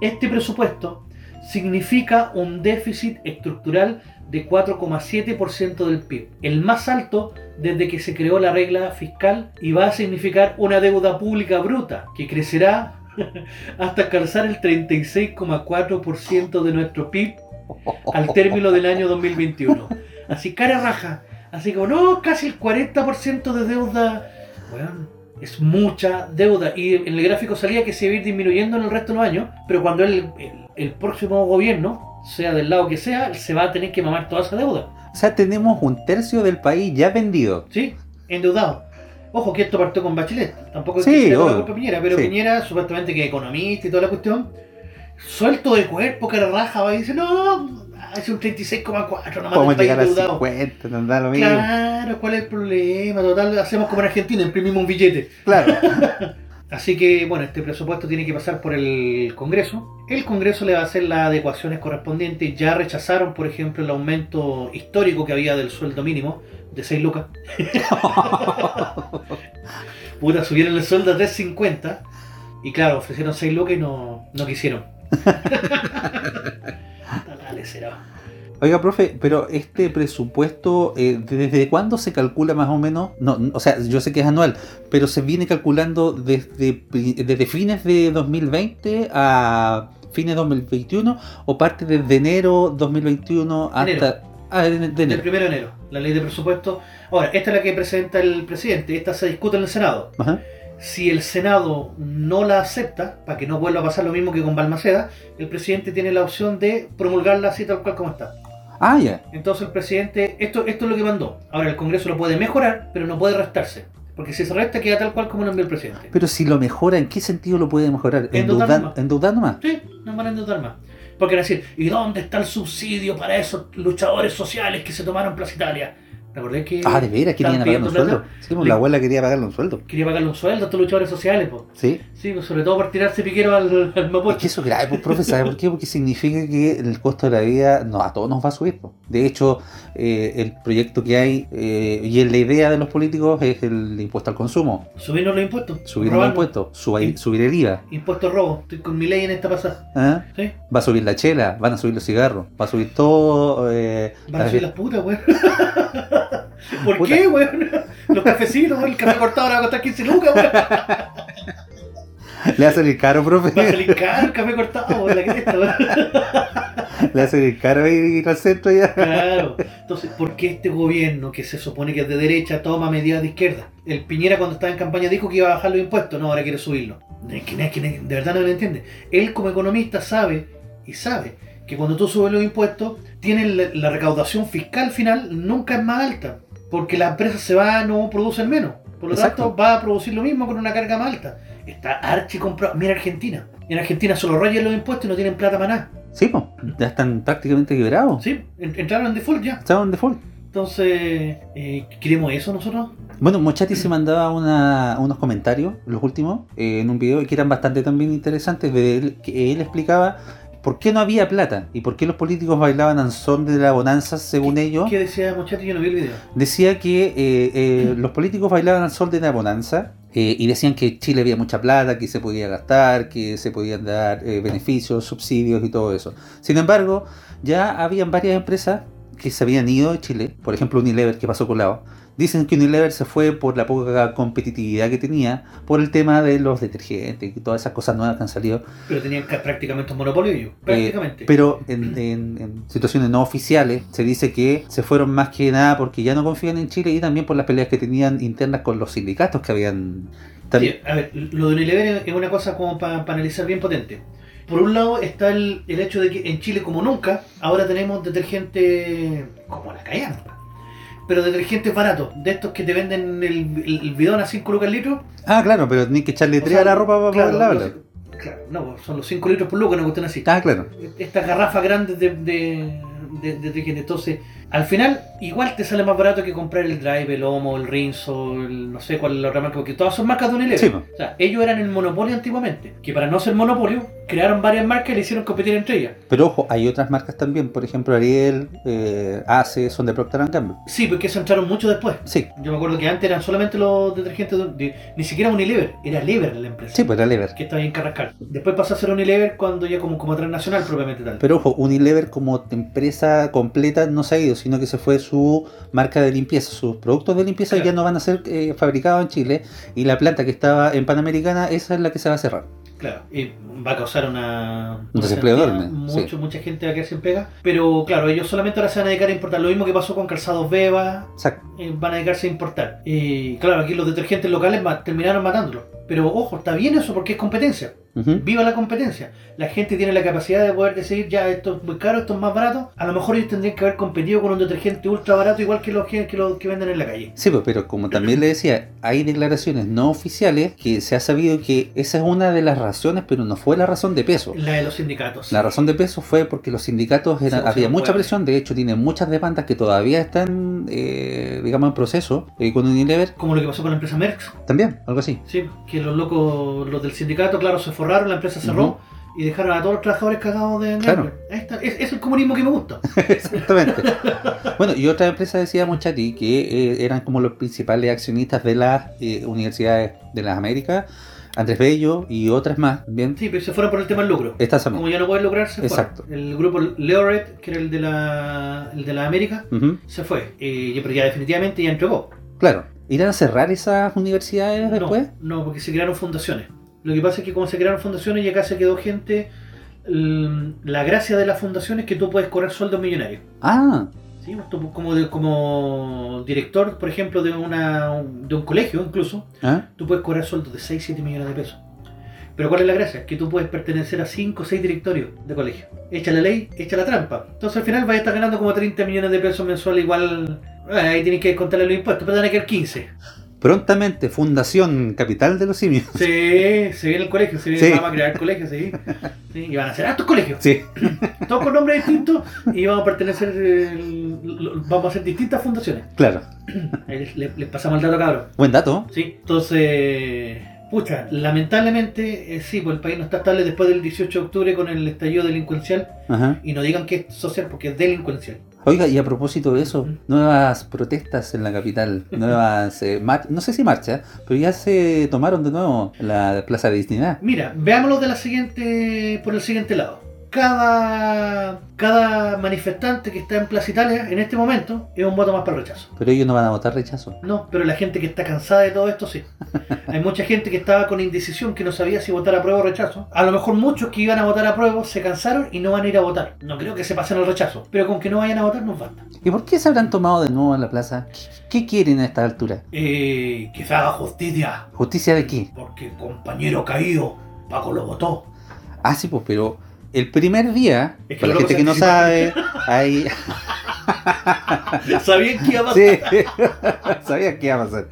B: este presupuesto significa un déficit estructural de 4,7% del PIB, el más alto desde que se creó la regla fiscal y va a significar una deuda pública bruta que crecerá hasta alcanzar el 36,4% de nuestro PIB
C: Oh,
B: al término del año 2021. Así cara raja. Así como, no, casi el 40% de deuda. Weón, es mucha deuda. Y en el gráfico salía que se iba a ir disminuyendo en el resto de los años, pero cuando el, el- el próximo gobierno, sea del lado que sea, se va a tener que mamar toda esa deuda.
C: O sea, tenemos un tercio del país ya vendido.
B: ¿Sí? Endeudado. Ojo que esto partió con Bachelet. Tampoco es
C: Sí,
B: que sea toda la
C: obvio.
B: culpa de Piñera, pero
C: Sí.
B: Piñera, supuestamente que economista y toda la cuestión, suelto de cuerpo, cara raja, va y dice, no, hace un 36,4, nomás
C: Podemos
B: del país
C: llegar a
B: endeudado.
C: 50, no da lo mismo.
B: Claro, ¿cuál es el problema? Total, hacemos como en Argentina, imprimimos un billete.
C: Claro.
B: Así que, bueno, este presupuesto tiene que pasar por el Congreso. El Congreso le va a hacer las adecuaciones correspondientes. Ya rechazaron, por ejemplo, el aumento histórico que había del sueldo mínimo de 6 lucas. Puta, subieron el sueldo a 3.50 y claro, ofrecieron 6 lucas y no, no quisieron. Dale, será.
C: Oiga, profe, pero este presupuesto, eh, ¿desde cuándo se calcula más o menos? No, n- o sea, yo sé que es anual, pero se viene calculando desde, pri- desde fines de 2020 a fines de 2021 o parte desde enero 2021 hasta...
B: Enero.
C: Ah, de, de
B: El
C: enero.
B: 1 de enero, la ley de presupuesto. Ahora, esta es la que presenta el presidente, esta se discute en el Senado.
C: Ajá.
B: Si el Senado no la acepta, para que no vuelva a pasar lo mismo que con Balmaceda, el presidente tiene la opción de promulgarla así tal cual como está.
C: Ah, ya.
B: Entonces el presidente, esto, esto es lo que mandó. Ahora el Congreso lo puede mejorar, pero no puede restarse. Porque si se resta queda tal cual como lo envió el presidente.
C: Pero si lo mejora, ¿en qué sentido lo puede mejorar?
B: Endeudar
C: Endeudan-
B: más.
C: Endeudando más.
B: Sí, no van a endeudar más. Porque van a decir, ¿y dónde está el subsidio para esos luchadores sociales que se tomaron Plaza Italia? ¿Te acordás que
C: Ah, de
B: estaban
C: veras, querían pagarle
B: pidiendo
C: un
B: plata?
C: sueldo. Sí, pues,
B: Le-
C: la abuela quería pagarle un sueldo.
B: Quería pagarle un sueldo a estos luchadores sociales, po.
C: Sí.
B: Sí, pues, sobre todo por tirarse piquero al, al
C: Es
B: mapuche.
C: que eso es grave, pues, profe, ¿sabe por qué? Porque significa que el costo de la vida no, a todos nos va a subir. pues. De hecho, eh, el proyecto que hay eh, y la idea de los políticos es el impuesto al consumo.
B: Subirnos los impuestos.
C: Subir los
B: robarnos.
C: impuestos, suba-
B: Sí.
C: subir el IVA.
B: Impuestos robo. Estoy con mi ley en esta pasada.
C: ¿ah?
B: ¿Sí?
C: Va a subir la chela, van a subir los cigarros, va a subir todo. eh,
B: Van a
C: la-
B: subir las putas, weón. ¿Por
C: Puta.
B: qué, weón? Los cafecitos, weón. El café cortado ahora va a costar 15 lucas, weón.
C: Le va a salir caro,
B: Va a
C: profe.
B: salir caro el café cortado, weón. La cresta, weón.
C: Le va a salir caro ir al centro ya.
B: Claro. Entonces, ¿por qué este gobierno que se supone que es de derecha toma medidas de izquierda? El Piñera cuando estaba en campaña dijo que iba a bajar los impuestos, no, ahora quiere subirlo. Es que- es que- de verdad no lo entiende. Él como economista sabe y sabe que cuando tú subes los impuestos, tienes la, la recaudación fiscal final nunca es más alta, porque las empresas se van o producen menos. Por lo
C: Exacto.
B: tanto, va a producir lo mismo con una carga más alta. Está archi comprado. Mira Argentina. En Argentina solo rollan los impuestos y no tienen plata para nada.
C: Sí, pues, ya están prácticamente quebrados.
B: ¿Sí? en- Entraron en default ya.
C: Estaban en default.
B: Entonces, eh, ¿queremos eso nosotros?
C: Bueno, Mochati se mandaba una- unos comentarios, los últimos, eh, en un video que eran bastante también interesantes, de él, que él explicaba por qué no había plata y por qué los políticos bailaban al son de la bonanza, según ellos.
B: ¿Qué decía Mochati? Yo no vi el video.
C: Decía que eh, eh, los políticos bailaban al sol de la bonanza eh, y decían que Chile había mucha plata, que se podía gastar, que se podían dar eh, beneficios, subsidios y todo eso. Sin embargo, ya habían varias empresas que se habían ido de Chile, por ejemplo Unilever que pasó colado. Dicen que Unilever se fue por la poca competitividad que tenía, por el tema de los detergentes y todas esas cosas nuevas que han salido.
B: Pero tenían ca- prácticamente un monopolio ellos.
C: Eh,
B: Prácticamente.
C: pero en, en- en situaciones no oficiales se dice que se fueron más que nada porque ya no confían en Chile y también por las peleas que tenían internas con los sindicatos que habían. también-
B: Sí, a ver, lo de Unilever es una cosa como para analizar bien potente. Por un lado está el, el hecho de que en Chile, como nunca, ahora tenemos detergente como la callampa. Pero detergentes baratos, de estos que te venden el, el- el bidón a 5 lucas el litro.
C: Ah, claro, pero tenés que echarle
B: O
C: tres
B: sea,
C: a la ropa para
B: claro,
C: poderla hablar.
B: los- claro, no, son los 5 litros por lucas, no cuestión así.
C: Ah, claro.
B: estas garrafas grandes de, de, de- de detergente. Entonces, al final, igual te sale más barato que comprar el Drive, el Homo, el Rinso, el no sé cuál es la otra marca, porque todas son marcas de Unilever.
C: Sí, pues. po.
B: O sea, ellos eran el monopolio antiguamente, que para no ser monopolio, crearon varias marcas y le hicieron competir entre ellas.
C: Pero ojo, hay otras marcas también, por ejemplo Ariel, eh, Ace, son de Procter Gamble.
B: Sí, porque eso entraron mucho después.
C: Sí,
B: Yo me acuerdo que antes eran solamente los detergentes, de- de- ni siquiera Unilever, era Lever la empresa.
C: sí, pues era Lever.
B: Que estaba ahí en Carrascal. Después pasó a ser Unilever cuando ya como, como transnacional propiamente tal.
C: Pero ojo, Unilever como empresa completa no se ha ido, sino que se fue su marca de limpieza. Sus productos de limpieza
B: Claro.
C: ya no van a ser eh, fabricados en Chile y la planta que estaba en Panamericana, esa es la que se va a cerrar.
B: Claro, y va a causar una...
C: Un desempleo
B: una-
C: enorme,
B: Mucho, Mucha gente va a quedar sin pega. Pero claro, ellos solamente ahora se van a dedicar a importar. Lo mismo que pasó con Calzados Beba,
C: Exacto.
B: eh, van a dedicarse a importar. Y claro, aquí los detergentes locales ma- terminaron matándolos. Pero ojo, está bien eso porque es competencia.
C: Ujú.
B: Viva la competencia. La gente tiene la capacidad de poder decidir, ya, esto es muy caro, esto es más barato. A lo mejor ellos tendrían que haber competido con un detergente ultra barato igual que los que, que los que venden en la calle.
C: Sí, pues, pero como también le decía, hay declaraciones no oficiales que se ha sabido que esa es una de las razones, pero no fue la razón de peso.
B: La de los sindicatos.
C: La razón de peso fue porque los sindicatos eran-
B: Sí, pues, sí,
C: había
B: no
C: mucha
B: puede.
C: presión, de hecho tienen muchas demandas que todavía están, eh, digamos, en proceso eh, con Unilever,
B: Como lo que pasó con la empresa Merckx.
C: también, algo así.
B: Sí, que los locos, los del sindicato, claro, se forraron, la empresa cerró
C: Ujú.
B: y dejaron a todos los trabajadores cagados de de
C: Claro.
B: hambre. Ahí está. Es, es el comunismo que me gusta.
C: Exactamente. Bueno, y otra empresa decía Mochati que eh, eran como los principales accionistas de las eh, universidades de las Américas, Andrés Bello y otras más. Bien,
B: Sí, pero se fueron por el tema del lucro.
C: estas también.
B: Como ya no pueden lucrar, se fueron.
C: Exacto.
B: El grupo Leoret, que era el de la, el de la América,
C: Ujú,
B: se fue. Eh, ya- pero ya definitivamente ya entregó.
C: Claro. ¿Irán a cerrar esas universidades
B: No,
C: después?
B: no, porque se crearon fundaciones. Lo que pasa es que como se crearon fundaciones y acá se quedó gente, l- la gracia de las fundaciones es que tú puedes cobrar sueldos millonarios.
C: Ah,
B: Sí, Sí, pues, tú como, de- como director, por ejemplo, de, una, de un colegio incluso,
C: ¿Ah?
B: tú puedes cobrar sueldos de 6, 7 millones de pesos. Pero ¿cuál es la gracia? Que tú puedes pertenecer a 5 o 6 directorios de colegio. Echa la ley, echa la trampa. Entonces al final vas a estar ganando como 30 millones de pesos mensual igual... eh, ahí tienes que contarle los impuestos, pero tenés que ir 15.
C: Prontamente, Fundación Capital de los Simios.
B: Sí, se viene el colegio, se viene,
C: Sí.
B: vamos a crear colegios, sí. Sí, Y van a ser hartos colegios,
C: Sí,
B: todos con nombres distintos y vamos a pertenecer, eh, l- l- vamos a hacer distintas fundaciones.
C: claro.
B: Ahí les, les- les pasamos el dato, cabrón.
C: Buen dato.
B: Sí, entonces, pucha, lamentablemente, eh, sí, pues el país no está estable después del 18 de octubre con el estallido delincuencial.
C: Ajá.
B: Y no digan que es social porque es delincuencial.
C: Oiga, y a propósito de eso, nuevas protestas en la capital, nuevas, eh, mar- no sé si marcha, pero ya se tomaron de nuevo la Plaza de Dignidad.
B: Mira, veámoslo de la siguiente, por el siguiente lado. Cada, cada manifestante que está en Plaza Italia en este momento es un voto más para el rechazo.
C: Pero ellos no van a votar rechazo.
B: No, pero la gente que está cansada de todo esto sí. Hay mucha gente que estaba con indecisión, que no sabía si votar a prueba o rechazo. A lo mejor muchos que iban a votar a prueba se cansaron y no van a ir a votar. No creo que se pasen al rechazo, pero con que no vayan a votar nos basta.
C: ¿Y por qué se habrán tomado de nuevo la plaza? ¿Qué, qué quieren a esta altura?
B: Eh, que se haga justicia,
C: ¿Justicia de qué?
B: porque el compañero caído, Paco lo votó.
C: Ah, sí, pues, pero el primer día,
B: Es que
C: para la
B: luego
C: gente
B: se
C: que no
B: anticipa.
C: sabe, hay...
B: Sabían que iba a pasar.
C: Sí, sabía que iba a pasar.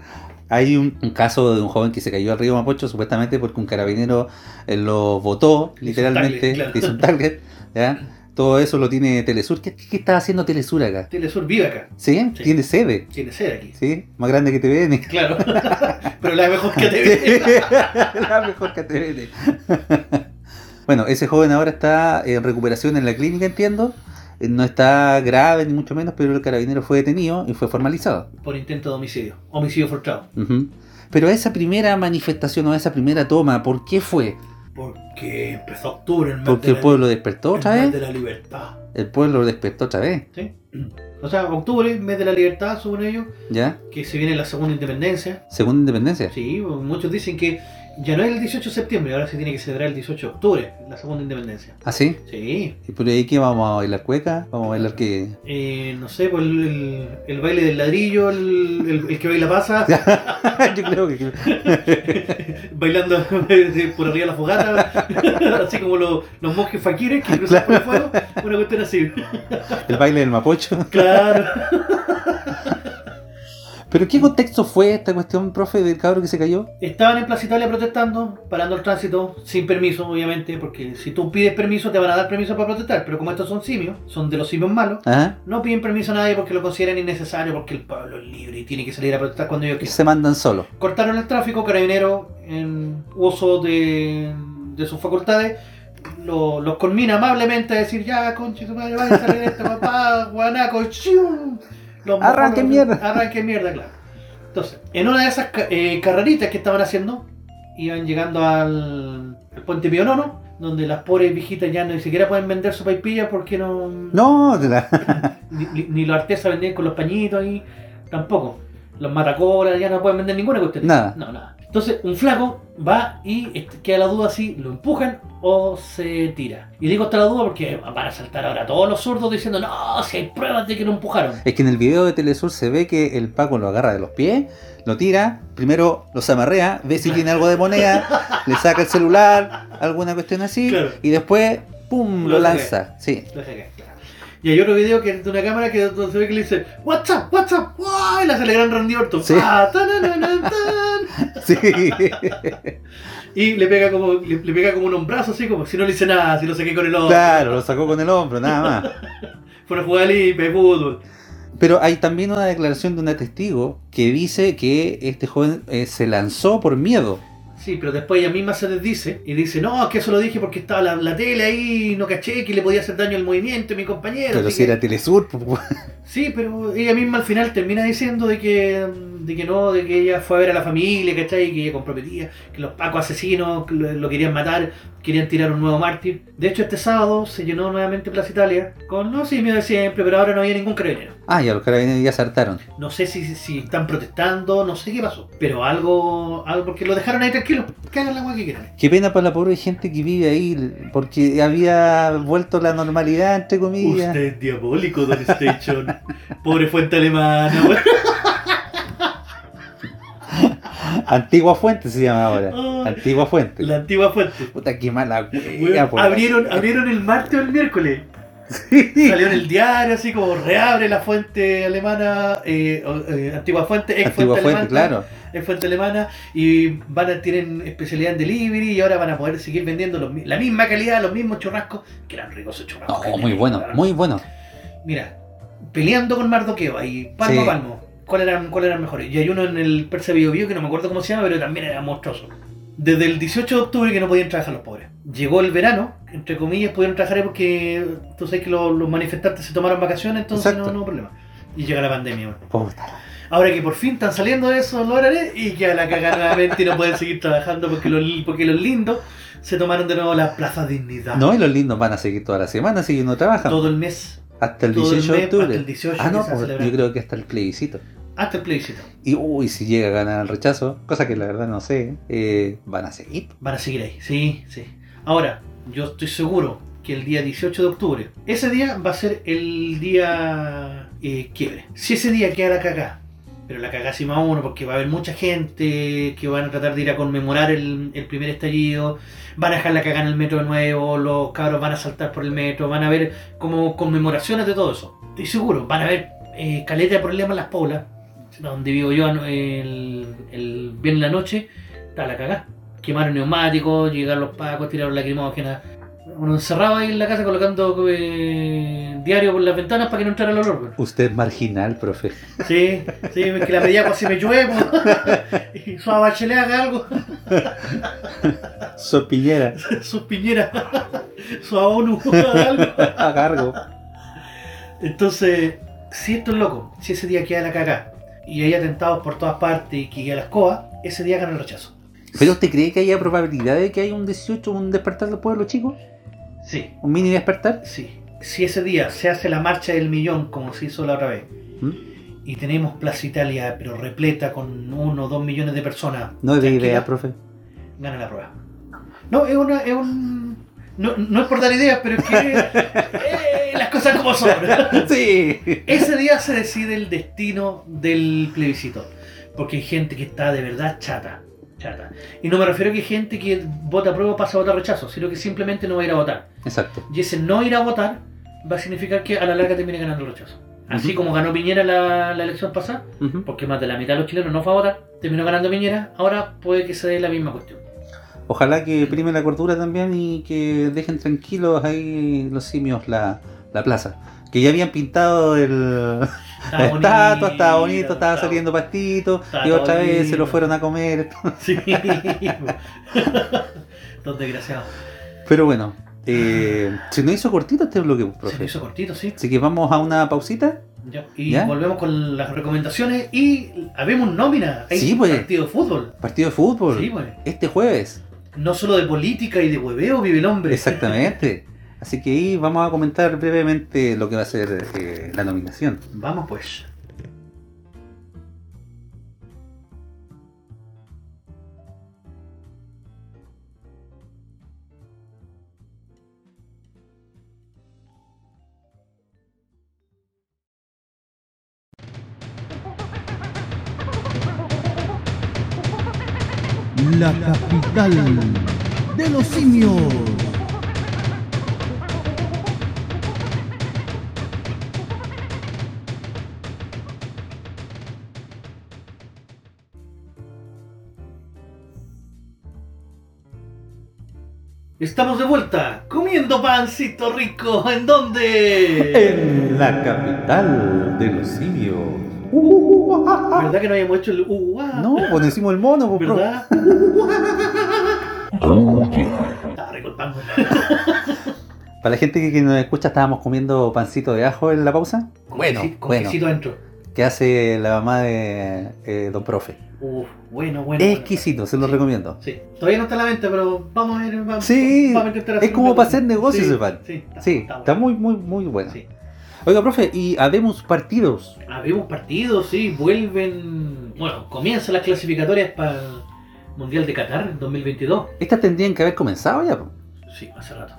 C: Hay un, un caso de un joven que se cayó al río Mapocho supuestamente porque un carabinero eh, lo botó,
B: Hizo
C: literalmente,
B: un target, claro.
C: hizo un target. ¿ya? Todo eso lo tiene Telesur. ¿Qué, qué está haciendo Telesur acá?
B: Telesur vive acá,
C: ¿Sí?
B: Sí.
C: Tiene sede,
B: tiene sed aquí.
C: ¿sí? Más grande que TVN.
B: Claro, pero la mejor que te
C: La mejor que TVN. bueno, ese joven ahora está en recuperación en la clínica, entiendo. Eh, No está grave ni mucho menos, pero el carabinero fue detenido y fue formalizado.
B: Por intento de homicidio, homicidio frustrado.
C: Ujú. Pero esa primera manifestación o esa primera toma, ¿por qué fue?
B: Porque empezó octubre en
C: Porque el pueblo despertó otra
B: de
C: vez.
B: la libertad.
C: El pueblo despertó otra vez,
B: ¿sí? O sea, octubre, mes de la libertad, según ellos,
C: ¿ya?
B: que se viene la segunda independencia.
C: Segunda independencia.
B: Sí, muchos dicen que ya no es el 18 de septiembre, ahora se tiene que celebrar el 18 de octubre, la segunda independencia.
C: ¿Ah, sí?
B: Sí,
C: ¿Y por ahí qué vamos a bailar cueca? ¿Vamos a bailar qué?
B: eh, no sé, pues el, el- el baile del ladrillo, el, el- el que baila pasa,
C: Yo creo que...
B: bailando de- por arriba de la fogata, así como los- los monjes faquires que cruzan por el fuego, una cuestión así.
C: El baile del mapocho.
B: Claro.
C: ¿Pero qué contexto fue esta cuestión, profe, del cabro que se cayó?
B: Estaban en Plaza Italia protestando, parando el tránsito, sin permiso, obviamente, porque si tú pides permiso te van a dar permiso para protestar, pero como estos son simios, son de los simios malos,
C: Ajá.
B: no piden permiso a nadie porque lo consideran innecesario, porque el pueblo es libre y tiene que salir a protestar cuando ellos
C: Y
B: quieran.
C: se mandan solo.
B: cortaron el tráfico, Carabinero, en uso de, de sus facultades, lo- los conmina amablemente a decir, ya, conche, tu madre, vaya a salir este papá, guanaco, chiu". Los
C: Arranque
B: mojones,
C: mierda.
B: Arranque mierda, claro. Entonces, en una de esas ca- eh, carreritas que estaban haciendo, iban llegando al, al puente Pionono, donde las pobres viejitas ya ni siquiera pueden vender su paipilla porque no...
C: No, de la-
B: Ni, ni, ni los artesas vendían con los pañitos ahí, tampoco. Los matacolas ya no pueden vender ninguna cuestión.
C: Nada.
B: No, nada. Entonces, un flaco va y este, queda la duda si lo empujan o se tira. Y digo está la duda porque van a saltar ahora todos los zurdos diciendo, no, si hay pruebas de que lo empujaron.
C: Es que en el video de Telesur se ve que el Paco lo agarra de los pies, lo tira, primero los amarrea, ve si tiene algo de moneda, le saca el celular, alguna cuestión así,
B: Claro.
C: y después, ¡pum!,
B: Lo
C: lo,
B: saca.
C: lanza. Sí.
B: Lo saca, claro. Y hay otro video que es de una cámara que donde se ve que le dice, WhatsApp, WhatsApp, ¡Wow! y le hace el gran Randy Orton.
C: Sí.
B: Ah, tananana, tan.
C: sí.
B: Y le pega como, le, le pega como un hombrazo así, como si no le hice nada, si lo saqué con el ojo.
C: claro, lo sacó con el hombro, nada más.
B: Fue una jugada limpia de fútbol.
C: Pero hay también una declaración de una testigo que dice que este joven eh, se lanzó por miedo.
B: Sí, pero después ella misma se desdice y dice, no, es que eso lo dije porque estaba la, la tele ahí, no caché que le podía hacer daño al movimiento a mi compañero.
C: Pero
B: así
C: si
B: que-
C: era Telesur, pues,
B: Sí, pero ella misma al final termina diciendo de que, de que no, de que ella fue a ver a la familia, ¿cachai? Que ella comprometía, que los pacos asesinos que lo, lo querían matar, querían tirar un nuevo mártir. De hecho, este sábado se llenó nuevamente Plaza Italia con los simios de siempre, pero ahora no había ningún carabinero.
C: Ah, ya los carabineros ya saltaron.
B: No sé si, si están protestando, no sé qué pasó, pero algo, algo porque lo dejaron ahí tranquilo, que hagan la agua que quieran.
C: Qué pena para la pobre gente que vive ahí, porque había vuelto la normalidad, entre comillas.
B: es diabólico, Don Station. Pobre fuente alemana, weón.
C: Antigua Fuente se llama ahora.
B: Ah.
C: Antigua Fuente.
B: La antigua fuente.
C: Puta, qué mala
B: Weón,
C: wea, pues. po.
B: abrieron, abrieron el martes o el miércoles. Salió en el diario, así como reabre la fuente alemana, eh, o, eh, antigua fuente, ex
C: Antigua
B: fuente, alemana,
C: Fuente, claro.
B: ex fuente alemana, y van a tienen especialidad en delivery y ahora van a poder seguir vendiendo los mi- la misma calidad, los mismos churrascos, que eran ricos esos churrascos.
C: No,
B: que
C: Oh, muy
B: tenían,
C: bueno,
B: weón.
C: muy bueno.
B: Mira, peleando con Mardoqueo ahí, palmo
C: Sí.
B: a palmo. ¿Cuál eran, ¿Cuál eran mejores? Y hay uno en el Persa Bio Bio que no me acuerdo cómo se llama, pero también era monstruoso. Desde el 18 de octubre que no podían trabajar los pobres. Llegó el verano, entre comillas, pudieron trabajar ahí porque tú sabes que los, los manifestantes se tomaron vacaciones, entonces no,
C: Exacto.
B: no hubo problema. Y llega la pandemia. bueno.
C: Puta.
B: Ahora que por fin están saliendo de esos dólares y que a la cagada nuevamente y no pueden seguir trabajando porque los, li- porque los lindos se tomaron de nuevo las plazas dignidad.
C: No, y los lindos van a seguir toda la semana, así que no trabajan.
B: Todo el mes,
C: hasta el
B: todo el
C: 18 de
B: mes,
C: octubre.
B: hasta el 18
C: ah, no,
B: empieza a
C: pues,
B: celebrar.
C: yo creo que hasta el plebiscito.
B: hasta el plebiscito.
C: Y uy, si llega a ganar el rechazo, cosa que la verdad no sé, eh, van a seguir.
B: Van a seguir ahí, sí, sí. Ahora, yo estoy seguro que el día 18 de octubre, ese día va a ser el día eh, quiebre. Si ese día queda la cagá, pero la cagá sí más uno, porque va a haber mucha gente que van a tratar de ir a conmemorar el, el primer estallido, van a dejar la cagá en el metro de nuevo, los cabros van a saltar por el metro, van a haber como conmemoraciones de todo eso. Estoy seguro, van a haber eh, caleta de problemas en las poblas, donde vivo yo el, el viernes en la noche, está la cagá quemaron neumáticos, llegaron los pacos, tiraron lacrimógenas. Uno encerrado ahí en la casa colocando eh, diario por las ventanas para que no entrara el olor. güey.
C: Usted es marginal, profe.
B: Sí, sí, es que la medida pues, si me llueve. pues. y su abachelet haga algo,
C: Soy Piñera,
B: sus piñeras, su ONU haga algo.
C: a cargo.
B: Entonces, si esto es loco, si ese día queda la cagá y hay atentados por todas partes y que queda la escoba, ese día gana el rechazo.
C: ¿Pero usted cree que haya probabilidad de que haya un 18, un despertar del pueblo, chico?
B: Sí,
C: ¿Un mini despertar?
B: sí. Si ese día se hace la marcha del millón como se hizo la otra vez,
C: ¿Mm?
B: y tenemos Plaza Italia, pero repleta con uno o dos millones de personas,
C: No es de
B: Tranquila.
C: idea, profe.
B: gana la prueba. No, es una, es un. No, no es por dar ideas, pero es que eh, las cosas como son.
C: Sí.
B: Ese día se decide el destino del plebiscito. Porque hay gente que está de verdad chata. chata. Y no me refiero a que gente que vota prueba pasa a votar rechazo, sino que simplemente no va a ir a votar.
C: Exacto.
B: Y ese no ir a votar va a significar que a la larga termine ganando el rechazo. Así
C: Ujú.
B: como ganó Piñera la, la elección pasada,
C: Ujú.
B: porque más de la mitad de los chilenos no fue a votar, terminó ganando Piñera, ahora puede que se dé la misma cuestión.
C: Ojalá que prime la cordura también y que dejen tranquilos ahí los simios la, la plaza. Que ya habían pintado el,
B: Está
C: la estatua, estaba bonito,
B: bonito,
C: estaba
B: está-
C: saliendo pastito
B: está
C: y otra vez
B: bonito.
C: se lo fueron a comer.
B: Sí. Dos desgraciados.
C: Pero bueno, eh, se nos hizo cortito este bloque,
B: Se me
C: profe.
B: hizo cortito, sí.
C: Así que vamos a una pausita.
B: Ya. Y
C: ¿Ya?
B: volvemos con las recomendaciones y habemos nómina. Hay
C: Sí, pues.
B: partido de fútbol.
C: Partido de fútbol.
B: Sí, pues.
C: Este jueves.
B: No solo de política y de hueveo vive el hombre.
C: Exactamente. Así que ahí vamos a comentar brevemente lo que va a ser eh, la nominación.
B: Vamos pues.
A: La capital de los simios.
B: Estamos de vuelta comiendo pancito rico. ¿En dónde?
C: En la capital de los simios.
B: ¿Verdad que no habíamos hecho el uh, ah?
C: No, pues no hicimos el mono, pues, profe.
B: ¿Verdad? Estaba rico el pan, güey.
C: Para la gente que, que nos escucha, estábamos comiendo pancito de ajo en la pausa.
B: Con
C: Bueno,
B: quesi- con
C: bueno.
B: quesito adentro.
C: Que hace la mamá de eh, Don Profe.
B: Uf, bueno, bueno.
C: Exquisito, se lo
B: Sí.
C: recomiendo.
B: bueno. Sí, todavía no está a la venta, pero vamos a ver. Vamos,
C: Sí,
B: vamos a intentar
C: es como
B: una-
C: para hacer negocio
B: sí,
C: ese pan.
B: Sí, está,
C: Sí,
B: está
C: está
B: bueno.
C: muy, muy, muy bueno.
B: Sí.
C: Oiga, profe, y habemos partidos.
B: Habemos partidos, sí, vuelven. Bueno, comienzan las clasificatorias para el Mundial de Qatar en 2022.
C: Estas tendrían que haber comenzado ya. po.
B: Sí, hace rato.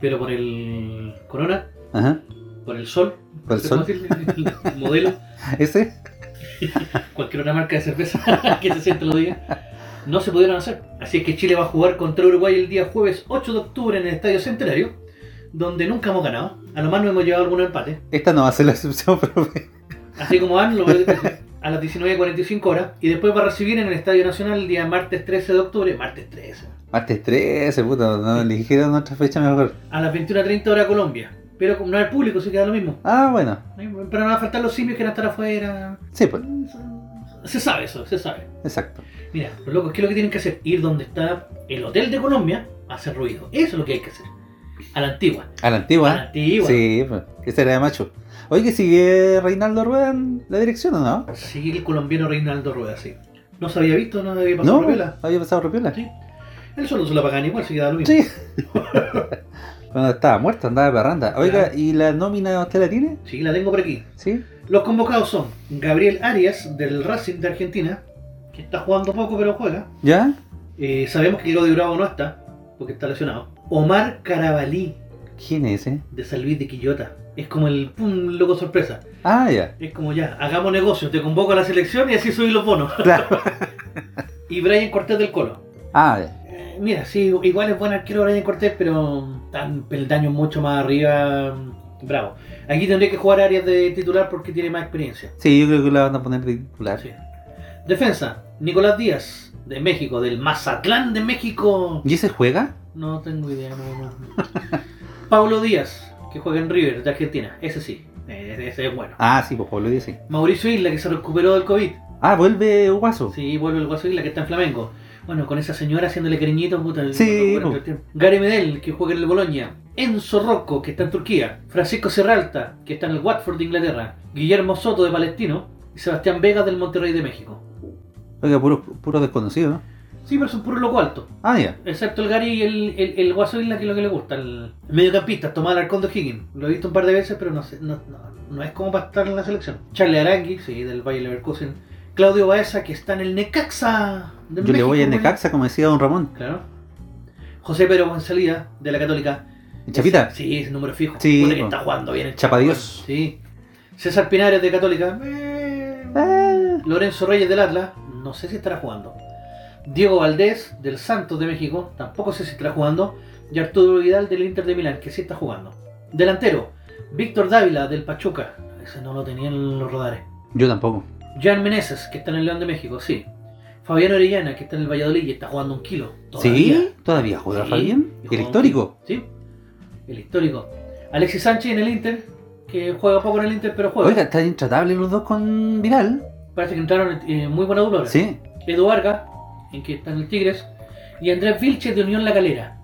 B: Pero por el corona,
C: Ajá.
B: por el sol,
C: ¿Con
F: ¿Se
C: sol?
F: puede decir el modelo?
C: ¿Ese?
F: Cualquier otra marca de cerveza que se siente lo diga. No se pudieron hacer.
B: Así es que Chile va a jugar contra Uruguay el día jueves 8 de octubre en el Estadio Centenario, donde nunca hemos ganado. A lo más no hemos llevado algún empate.
C: Esta no va a ser la excepción, profe.
B: Así como van, lo voy a decir, a las 19.45 horas. Y después va a recibir en el Estadio Nacional el día martes 13 de octubre. Martes 13.
C: Martes 13, puta, no le dijeron otra fecha mejor.
B: A las 21.30 horas Colombia. Pero como no hay público, se queda lo mismo.
C: Ah, bueno.
B: Pero no van a faltar los simios que van a estar afuera.
C: Sí, pues,
B: Se sabe eso, se sabe.
C: exacto.
B: Mira, los locos, ¿qué es lo que tienen que hacer? Ir donde está el hotel de Colombia a hacer ruido. Eso es lo que hay que hacer. A la antigua.
C: A la
B: A la
C: antigua.
B: antigua.
C: Ah, Sí, pues, esa era de macho. Oye, que sigue Reinaldo Rueda en la dirección o no?
B: Sí, el colombiano Reinaldo Rueda, sí. No se había visto, no había pasado
C: No,
B: por vela.
C: había pasado Ropiola.
B: Sí. Él solo se la pagaban igual, se quedaba lo mismo.
C: Sí. Cuando estaba muerto, andaba de parranda. Oiga, ¿y la nómina usted la tiene?
B: Sí, la tengo por aquí.
C: ¿Sí?
B: Los convocados son Gabriel Arias, del Racing de Argentina, que está jugando poco pero juega.
C: ¿Ya?
B: Eh, sabemos que Claudio Bravo no está, porque está lesionado. Omar Carabalí,
C: ¿Quién es ese?
B: de San Luis de Quillota. Es como el pum, loco sorpresa.
C: Ah, ya.
B: Es como ya, hagamos negocio, te convoco a la selección y así subí los bonos.
C: Claro.
B: Y Brian Cortés del Colo.
C: Ah, ya.
B: Eh, mira, sí, igual es buen arquero Brian Cortés, pero tan peldaño mucho más arriba. mm, Bravo. Aquí tendría que jugar áreas de titular porque tiene más experiencia.
C: Sí, yo creo que la van a poner titular.
B: Sí. Defensa, Nicolás Díaz, de México, del Mazatlán de México.
C: ¿Y ese juega?
B: No tengo idea, no, no. Pablo Díaz, que juega en River, de Argentina. Ese sí, eh, ese es bueno.
C: Ah, sí, pues Pablo Díaz, sí.
B: Mauricio Isla, que se recuperó del COVID.
C: Ah, vuelve Guaso.
B: Sí, vuelve el Guaso Isla que está en Flamengo. Bueno, con esa señora haciéndole cariñitos, puta. el-
C: Sí,
B: bueno,
C: po.
B: el- Gary Medel, que juega en el Boloña. Enzo Rocco, que está en Turquía. Francisco Serralta, que está en el Watford de Inglaterra. Guillermo Soto de Palestino. Y Sebastián Vega del Monterrey de México.
C: Oiga, puro, puro desconocido, ¿no?
B: Sí, pero son puros loco alto.
C: Ah, ya.
B: Excepto el Gary y el, el, el Guaso Isla, que es lo que le gusta. El mediocampista, Tomás Alarcón de Higgins. Lo he visto un par de veces, pero no, sé, no, no- no es como para estar en la selección. Charlie Arangui, sí, del Bayer Leverkusen. Claudio Baeza, que está en el Necaxa. de
C: Yo le
B: México,
C: voy a
B: güey.
C: Necaxa, como decía don Ramón.
B: Claro. José Pedro Gonzalía, de la Católica.
C: Chapita.
B: Sí, es número fijo.
C: Sí,
B: Puta que
C: po.
B: está jugando bien el
C: Chapa
B: Chapo,
C: Dios.
B: Sí. César Pinares, de Católica. Eh.
C: Ah,
B: Lorenzo Reyes, del Atlas. No sé si estará jugando. Diego Valdés, del Santos de México. Tampoco sé si estará jugando. Y Arturo Vidal, del Inter de Milán, que sí está jugando. Delantero. Víctor Dávila, del Pachuca. Ese no lo tenía en los radares.
C: yo tampoco.
B: Jan Meneses, que está en el León de México, sí. Fabián Orellana, que está en el Valladolid y está jugando un kilo. todavía.
C: ¿Sí? ¿Todavía juega
B: Sí,
C: Fabián?
B: y
C: El
B: juega
C: histórico.
B: un- Sí, el histórico. Alexis Sánchez en el Inter, que juega poco en el Inter, pero juega.
C: Oiga, están intratables los dos con Viral.
B: Parece que entraron eh, muy buena dupla. ahora.
C: Sí.
B: Edu Vargas, en que está en el Tigres. Y Andrés Vilches de Unión La Calera.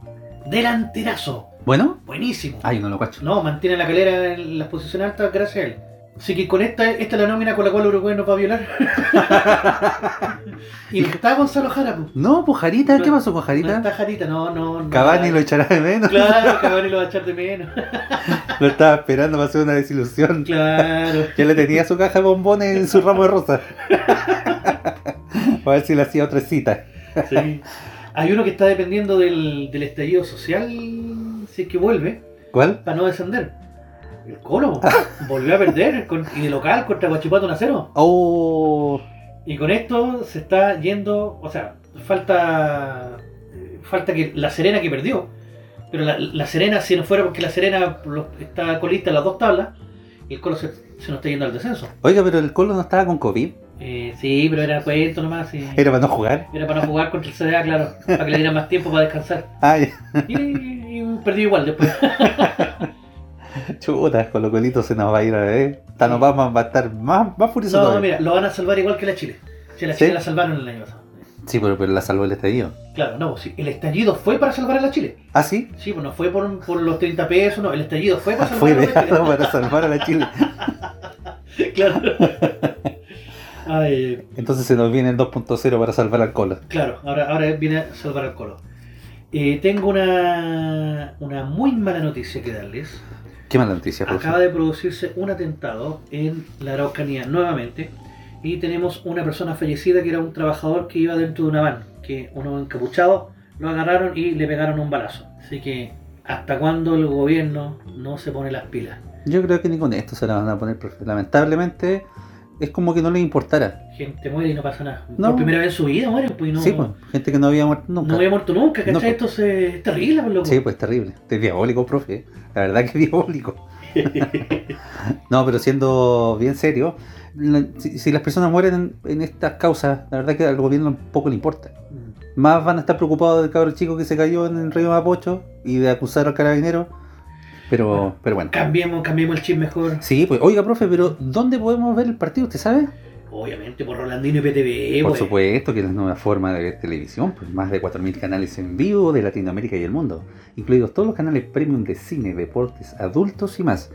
B: Delanterazo.
C: Bueno.
B: Buenísimo.
C: Ay, no lo cacho.
B: No, mantiene la calera en la posición alta gracias a él. Así que con esta, esta es la nómina con la cual Uruguay nos va a violar. y no está Gonzalo Jara, po.
C: No, pues Jarita, ¿qué
B: No,
C: pasó con
B: No
C: Jarita?
B: está Jarita, no, no. no
C: Cavani lo echará de menos.
B: Claro, Cavani lo va a echar de menos.
C: Lo estaba esperando, va a ser una desilusión.
B: Claro.
C: Ya le tenía su caja de bombones en su ramo de rosa. A ver si le hacía otra cita.
B: Sí. Hay uno que está dependiendo del, del estallido social, si es que vuelve,
C: ¿Cuál?
B: para no descender. El Colo volvió a perder con- y de local contra Guachipato 1 a 0.
C: Oh,
B: Y con esto se está yendo, o sea, falta eh, falta que la Serena que perdió. Pero la, la Serena, si no fuera porque la Serena lo- está colista en las dos tablas, el Colo se, se nos está yendo al descenso.
C: oiga, pero el Colo no estaba con COVID.
B: Eh, sí, pero era cuento nomás. y-
C: Era para no jugar.
B: era para no jugar contra el CDA, claro, para que le dieran más tiempo para descansar.
C: Ay,
B: Y, y perdió igual después.
C: chuta, con los colitos se nos va a ir, ¿eh? Tano Batman va a estar más, más furioso
B: No,
C: todavía.
B: mira, lo van a salvar igual que la Chile. Si a la
C: ¿Sí?
B: Chile la salvaron el año pasado.
C: Sí, pero, pero la salvó el estadio.
B: Claro, no, pues, sí. El estallido fue para salvar a la Chile.
C: ¿Ah, sí?
B: Sí, pues no fue por, por los 30 pesos, no. El estallido fue para salvar
C: Ah, Fue
B: a la
C: dejado para salvar a la Chile.
B: Chile. Claro. Ay,
C: Entonces se nos viene el 2.0 para salvar al Colo.
B: claro, ahora, ahora viene a salvar al colo. Eh, tengo una, una muy mala noticia que darles.
C: Qué mala noticia, profe.
B: Acaba de producirse un atentado en la Araucanía nuevamente y tenemos una persona fallecida que era un trabajador que iba dentro de una van, que uno encapuchado lo agarraron y le pegaron un balazo. Así que ¿Hasta cuándo el gobierno no se pone las pilas?
C: Yo creo que ni con esto se la van a poner, profe. Lamentablemente, es como que no les importara.
B: Gente muere y no pasa nada.
C: No.
B: Por primera vez en su vida mueren, pues y no,
C: Sí, pues, gente que no había muerto nunca.
B: no había muerto nunca, ¿cachai?
C: No, pues.
B: Esto se- es terrible, por loco.
C: Sí, pues terrible. Es diabólico, profe. La verdad que es diabólico. no, pero siendo bien serio, la- si, si las personas mueren en, en estas causas, la verdad que al gobierno poco le importa.
B: Mm.
C: Más van a estar preocupados del cabro chico que se cayó en el río Mapocho y de acusar al carabinero. Pero, pero bueno.
B: Cambiemos, cambiemos el chip mejor.
C: Sí, pues, oiga, profe, pero ¿dónde podemos ver el partido? ¿Usted sabe?
B: Obviamente, por Rolandino y PTV,
C: Por
B: pues.
C: supuesto que es la nueva forma de ver televisión, pues más de 4.000 canales en vivo de Latinoamérica y el mundo, incluidos todos los canales premium de cine, deportes, adultos y más.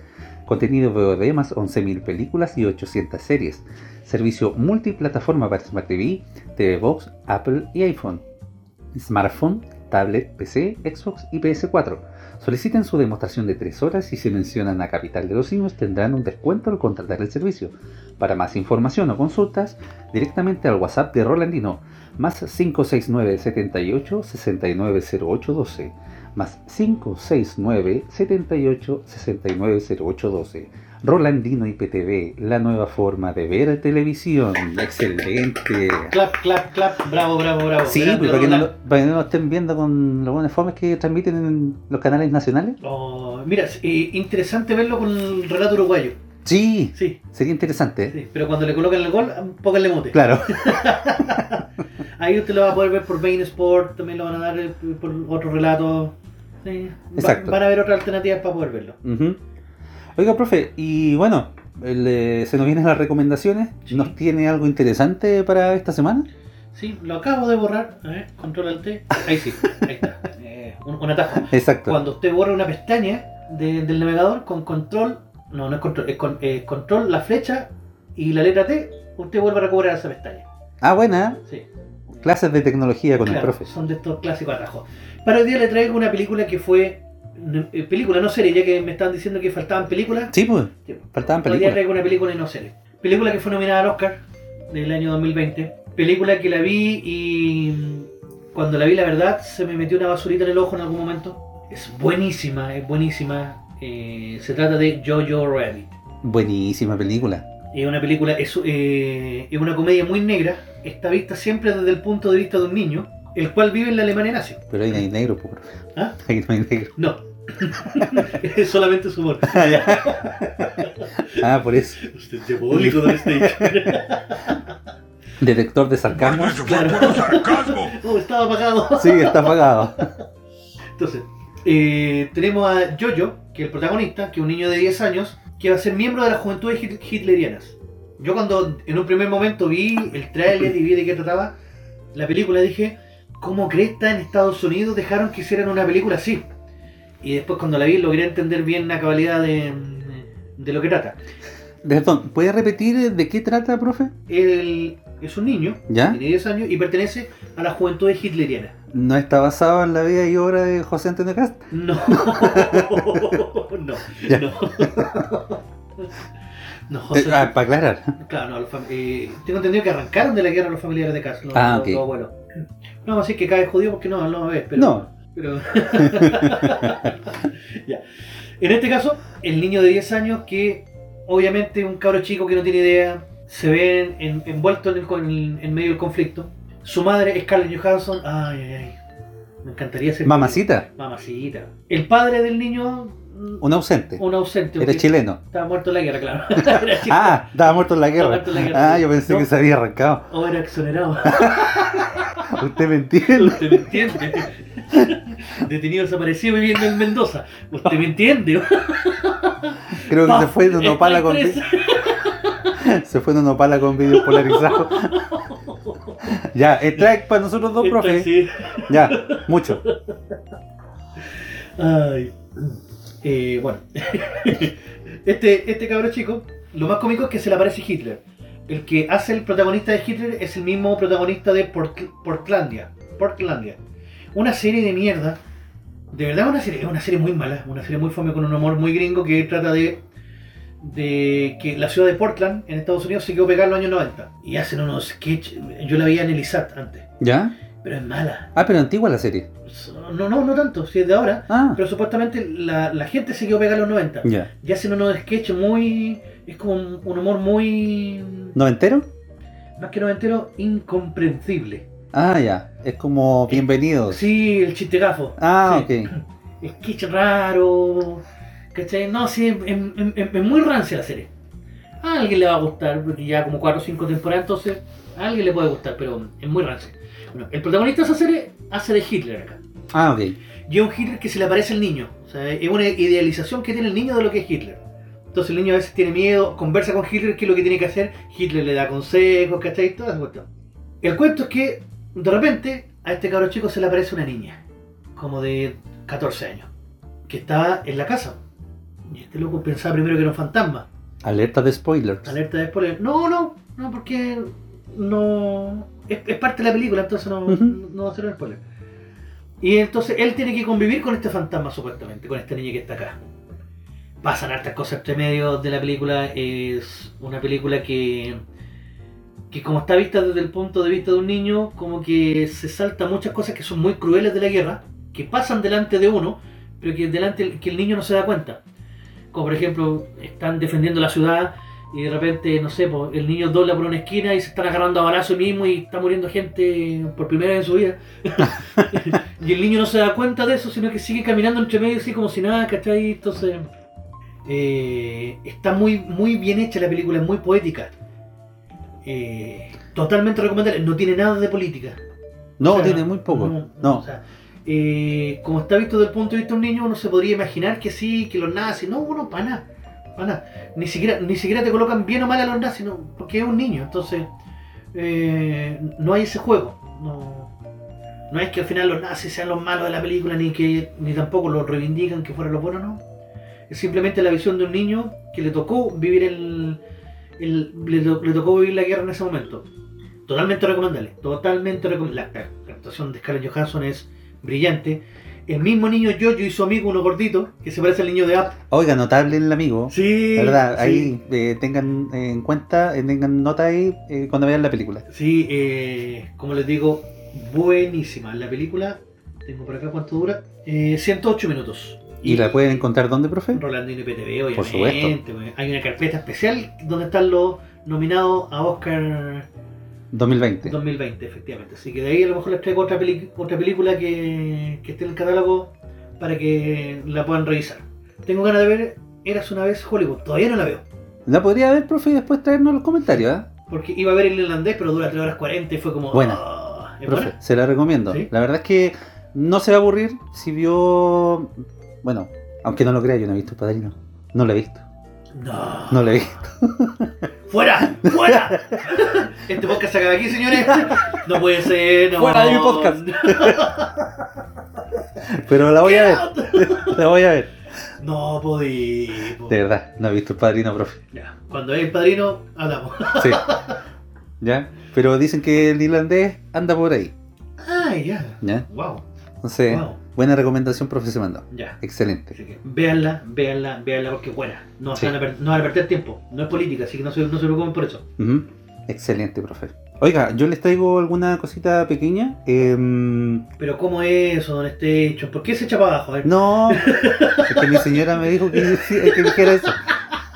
C: Contenido VOD más 11.000 películas y 800 series. Servicio multiplataforma para Smart TV, TV Box, Apple y iPhone. Smartphone, tablet, PC, Xbox y PS4. Soliciten su demostración de 3 horas y si mencionan a Capital de los Simios tendrán un descuento al contratar el servicio. Para más información o consultas, directamente al WhatsApp de Rolandino, más 569 78 690812 más 569 78 690812 Rolandino IPTV, la nueva forma de ver televisión. Excelente.
G: Clap, clap, clap. Bravo, bravo, bravo.
C: Sí,
G: Grande
C: pues, para, que no,
G: Roland.
C: lo- para que no lo estén viendo con los buenos fomes que transmiten en los canales nacionales.
G: Oh, mira, eh, interesante verlo con el relato uruguayo.
C: Sí,
B: Sí,
C: sería interesante.
B: sí, pero cuando le colocan el gol, pónganle mote.
C: ¿Eh? Claro.
B: Ahí usted lo va a poder ver por Bain Sport, también lo van a dar eh, por otro relato. Sí, va-
C: Exacto.
B: van a haber otras alternativas para poder verlo.
C: Ujú. Oiga, profe, y bueno, el, eh, se nos vienen las recomendaciones.
B: Sí.
C: ¿Nos tiene algo interesante para esta semana?
B: Sí, lo acabo de borrar. A ver, control al T. Ahí sí, ahí está. Eh, un, un atajo.
C: Exacto.
B: Cuando usted borra una pestaña de- del navegador con control, no, no es control, es con, eh, control, la flecha y la letra T, usted vuelve a recobrar esa pestaña.
C: Ah, buena.
B: Sí,
C: Clases de tecnología con
B: claro,
C: el profe.
B: son de estos clásicos atajos. Para hoy día le traigo una película que fue. eh, película, no serie, ya que me estaban diciendo que faltaban películas.
C: Sí, pues.
B: Sí, pues.
C: Faltaban
B: Hoy día
C: películas.
B: traigo una película y no serie. Película que fue nominada al Oscar del año 2020. Película que la vi y mm, cuando la vi, la verdad, se me metió una basurita en el ojo en algún momento. Es buenísima, es buenísima. Eh, se trata de Jojo Rabbit.
C: Buenísima película.
B: Es una película, es, eh, es una comedia muy negra. Está vista siempre desde el punto de vista de un niño, el cual vive en la Alemania nazi.
C: Pero ahí no hay negro, pues, profe.
B: ¿Ah?
C: Ahí no hay negro.
B: No, es solamente su humor.
C: Ah, ya. ah, por eso.
B: Usted es diabólico, Don
G: este
B: Stage.
C: Detector de sarcasmo.
E: Eso fue puro sarcasmo.
B: Oh, estaba apagado.
C: Sí, está apagado.
B: Entonces,
G: Eh, tenemos a Jojo, que es el protagonista, que es un niño de 10 años, que va a ser miembro de las juventudes hit- hitlerianas. Yo cuando en un primer momento vi el tráiler y vi de qué trataba la película, dije, ¿cómo cresta en Estados Unidos dejaron que hicieran una película así? Y después cuando la vi logré entender bien la cabalidad de, de lo que trata.
C: Perdón, ¿puede repetir eh, de qué trata, profe?
G: Él es un niño,
C: ¿Ya?
G: tiene 10 años y pertenece a las juventudes hitlerianas.
C: ¿No está basado en la vida y obra de José Antonio Cast?
B: No, no,
C: Ya.
B: no. No,
C: Eh, ah, para aclarar.
B: claro, no, los fam- eh, tengo entendido que arrancaron de la guerra los familiares de Cas, los,
C: Ah,
B: los-
C: ok.
B: los abuelos. No, así que cae judío porque no, no ves, pero.
C: No.
B: pero- Ya. En este caso, el niño de 10 años que obviamente un cabro chico que no tiene idea, se ve en- envuelto en, el con- en medio del conflicto. Su madre, Scarlett Johansson, ay, ay, ay. Me encantaría ser
C: Mamacita,
B: Mamacita. El padre del niño, mm,
C: un ausente.
B: un ausente.
C: Era
B: porque
C: chileno.
B: Estaba muerto en la guerra, claro. Era chileno.
C: Ah, estaba muerto en la guerra.
B: muerto en la guerra.
C: Ah, yo pensé
B: No.
C: que se había arrancado.
B: O era exonerado.
C: Usted me entiende.
B: Usted me entiende. Detenido desaparecido viviendo en Mendoza. Usted me entiende.
C: Creo que se fue de
B: Está
C: Nopala con
B: preso.
C: se fue de Nopala con vídeos polarizados. Ya, strike para nosotros dos,
B: Está
C: profe.
B: así.
C: Ya, mucho.
B: Ay. Eh, bueno. este, este cabro chico, lo más cómico es que se le aparece Hitler. El que hace el protagonista de Hitler es el mismo protagonista de Port- Portlandia. Portlandia. Una serie de mierda. De verdad una serie, es una serie muy mala, una serie muy fome con un humor muy gringo que trata de, de que la ciudad de Portland en Estados Unidos se quedó pegada en los años 90. Y hacen unos sketches, yo la veía en el ISAT antes
C: ¿Ya?
B: Pero es mala.
C: Ah, pero antigua la serie.
B: No, no, no tanto, si es de ahora.
C: Ah,
B: Pero supuestamente la, la gente se quedó pegada a los 90.
C: ya.
B: Y hacen unos sketches muy. Es como un, un humor muy.
C: ¿Noventero?
B: Más que noventero, incomprensible.
C: Ah, ya. Es como bienvenidos.
B: Sí, el chiste gafo.
C: Ah,
B: Sí.
C: ok.
B: sketch raro. ¿Cachai? No, sí, es, es- es- es muy rancia la serie. A alguien le va a gustar, porque ya como 4 o 5 temporadas, entonces a alguien le puede gustar, pero es muy rancia. Bueno, el protagonista de esa serie hace de Hitler acá.
C: Ah, ok.
B: Y es un Hitler que se le aparece al niño. O sea, es una idealización que tiene el niño de lo que es Hitler. Entonces el niño a veces tiene miedo, conversa con Hitler qué es lo que tiene que hacer, Hitler le da consejos, ¿cachai? Toda esa cuestión. El cuento es que de repente a este cabro chico se le aparece una niña, como de 14 años, que estaba en la casa. Y este loco pensaba primero que era un fantasma.
C: Alerta de spoilers.
B: Alerta de spoiler. No, no, no, porque no. Es, es parte de la película, entonces no,
C: Ujú.
B: no va a ser un spoiler. Y entonces él tiene que convivir con este fantasma, supuestamente, con esta niña que está acá. Pasan hartas cosas entre medio de la película. Es una película que. que como está vista desde el punto de vista de un niño, como que se salta muchas cosas que son muy crueles de la guerra, que pasan delante de uno, pero que delante que el niño no se da cuenta. Como por ejemplo, están defendiendo la ciudad y de repente, no sé, po, el niño dobla por una esquina y se están agarrando a balazo mismo y está muriendo gente por primera vez en su vida. y el niño no se da cuenta de eso, sino que sigue caminando entre medio así como si nada, ¿cachai? Entonces, eh, está muy, muy bien hecha la película, es muy poética. Eh, totalmente recomendable, no tiene nada de política.
C: No,
B: O sea,
C: tiene muy poco. No.
B: o sea, eh, como está visto desde el punto de vista de un niño, uno se podría imaginar que sí, que los nazis. No, bueno, para nada. pa' nada. Ni, siquiera, ni siquiera te colocan bien o mal a los nazis, no, porque es un niño. Entonces, eh, no hay ese juego. No, no es que al final los nazis sean los malos de la película, ni que ni tampoco los reivindican que fueran los buenos, no. Es simplemente la visión de un niño que le tocó vivir el. el- le, to- le tocó vivir la guerra en ese momento. Totalmente recomendable, totalmente recomendable. La, la actuación de Scarlett Johansson es brillante. El mismo niño Jojo y su amigo, uno gordito, que se parece al niño de App.
C: Oiga, notable el amigo.
B: Sí,
C: ¿Verdad? Ahí eh, tengan eh, en cuenta, eh, tengan nota ahí eh, cuando vean la película.
B: Sí, eh, como les digo, buenísima. La película, tengo por acá cuánto dura, Eh, 108 minutos.
C: ¿Y la pueden encontrar dónde, profe?
B: Rolandino y PTV, obviamente.
C: Por supuesto.
B: pues. Hay una carpeta especial donde están los nominados a Oscar
C: 2020.
B: 2020, efectivamente. Así que de ahí a lo mejor les traigo otra, peli- otra película que, que esté en el catálogo para que la puedan revisar. Tengo ganas de ver Eras una vez Hollywood. Todavía no la veo.
C: La podría ver, profe, y después traernos los comentarios, ¿ah?
B: Porque iba a ver el irlandés, pero dura 3 horas 40 y fue como...
C: Buena.
B: "Ah, ¿es
C: Profe,
B: buena?".
C: se la recomiendo.
B: Sí.
C: La verdad es que no se va a aburrir si vio. Bueno, aunque no lo crea, yo no he visto el padrino. No lo he visto.
B: No.
C: No lo he visto.
B: ¡Fuera! ¡Fuera! este podcast se acaba aquí, señores. No puede ser. No.
C: Fuera de mi podcast. Pero la voy a ver. La voy a ver.
B: No podí. po.
C: De verdad, no he visto el padrino, profe.
B: Ya, Cuando es el padrino, hablamos.
C: Sí. ¿Ya? Pero dicen que el irlandés anda por ahí.
B: Ah, ya.
C: ¿Ya?
B: Wow.
C: Entonces,
B: Wow.
C: buena recomendación, profe, se mandó.
B: Ya.
C: Excelente.
B: Así que véanla, véanla, véanla porque es buena. No,
C: Sí.
B: se van a per- no van a perder tiempo. No es política, así que no se, no se preocupen por eso.
C: Ujú. Excelente, profe. Oiga, yo les traigo alguna cosita pequeña. Em,
B: Pero ¿cómo es eso, don Estecho? ¿Por qué se echa para abajo? A ver.
C: No, es que mi señora me dijo que, que dijera eso.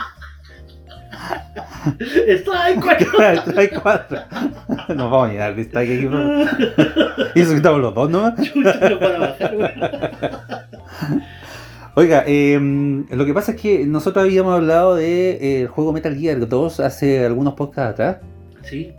B: Está en cuatro.
C: Al strike 4. Nos vamos a llenar de strike aquí, bro. Y eso que estamos los dos nomás.
B: Chucha, no para bajar, güey.
C: Oiga, eh, lo que pasa es que nosotros habíamos hablado de, eh, el juego Metal Gear 2 hace algunos podcasts atrás.
B: Sí.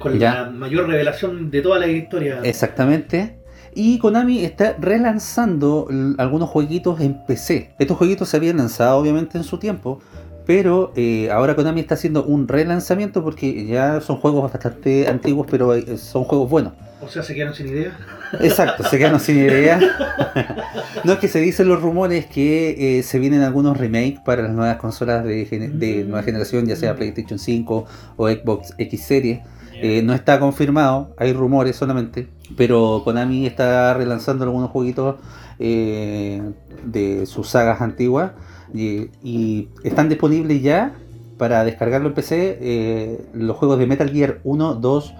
B: Con
C: Ya.
B: la mayor revelación de toda la historia.
C: Exactamente. Y Konami está relanzando l- algunos jueguitos en PC. Estos jueguitos se habían lanzado obviamente en su tiempo, pero eh, ahora Konami está haciendo un relanzamiento porque ya son juegos bastante antiguos, pero eh, son juegos buenos.
B: O sea, se quedaron sin idea.
C: Exacto, se quedaron sin idea. No es que se dicen los rumores que eh, se vienen algunos remakes para las nuevas consolas de, gene- de nueva generación, ya sea PlayStation 5 o Xbox X Series. Eh, no está confirmado, hay rumores solamente, pero Konami está relanzando algunos jueguitos eh, de sus sagas antiguas y, y están disponibles ya para descargarlo en PC eh, los juegos de Metal Gear 1, 2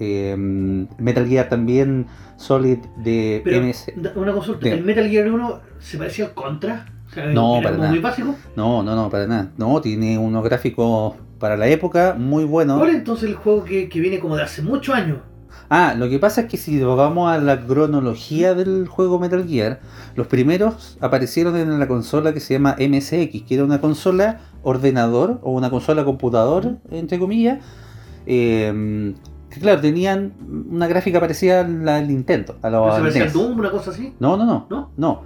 C: eh, Metal Gear también, Solid de
B: Pero,
C: MS.
B: da- una consulta,
C: Dime.
B: ¿el Metal Gear 1 se parecía al Contra? O sea,
C: No,
B: era
C: para
B: como
C: nada.
B: muy básico.
C: No, no, no, para nada. No, tiene unos gráficos para la época muy buenos.
B: ¿Cuál es entonces el juego que, que viene como de hace muchos años?
C: Ah, lo que pasa es que si vamos a la cronología del juego Metal Gear, los primeros aparecieron en la consola que se llama MSX, que era una consola ordenador o una consola computador, entre comillas, eh, que claro, tenían una gráfica parecida a la del Nintendo, a
B: ¿No
C: la
B: ¿Se parecía al
C: NES.
B: Doom, una cosa así?
C: No, no, no,
B: ¿No?
C: no.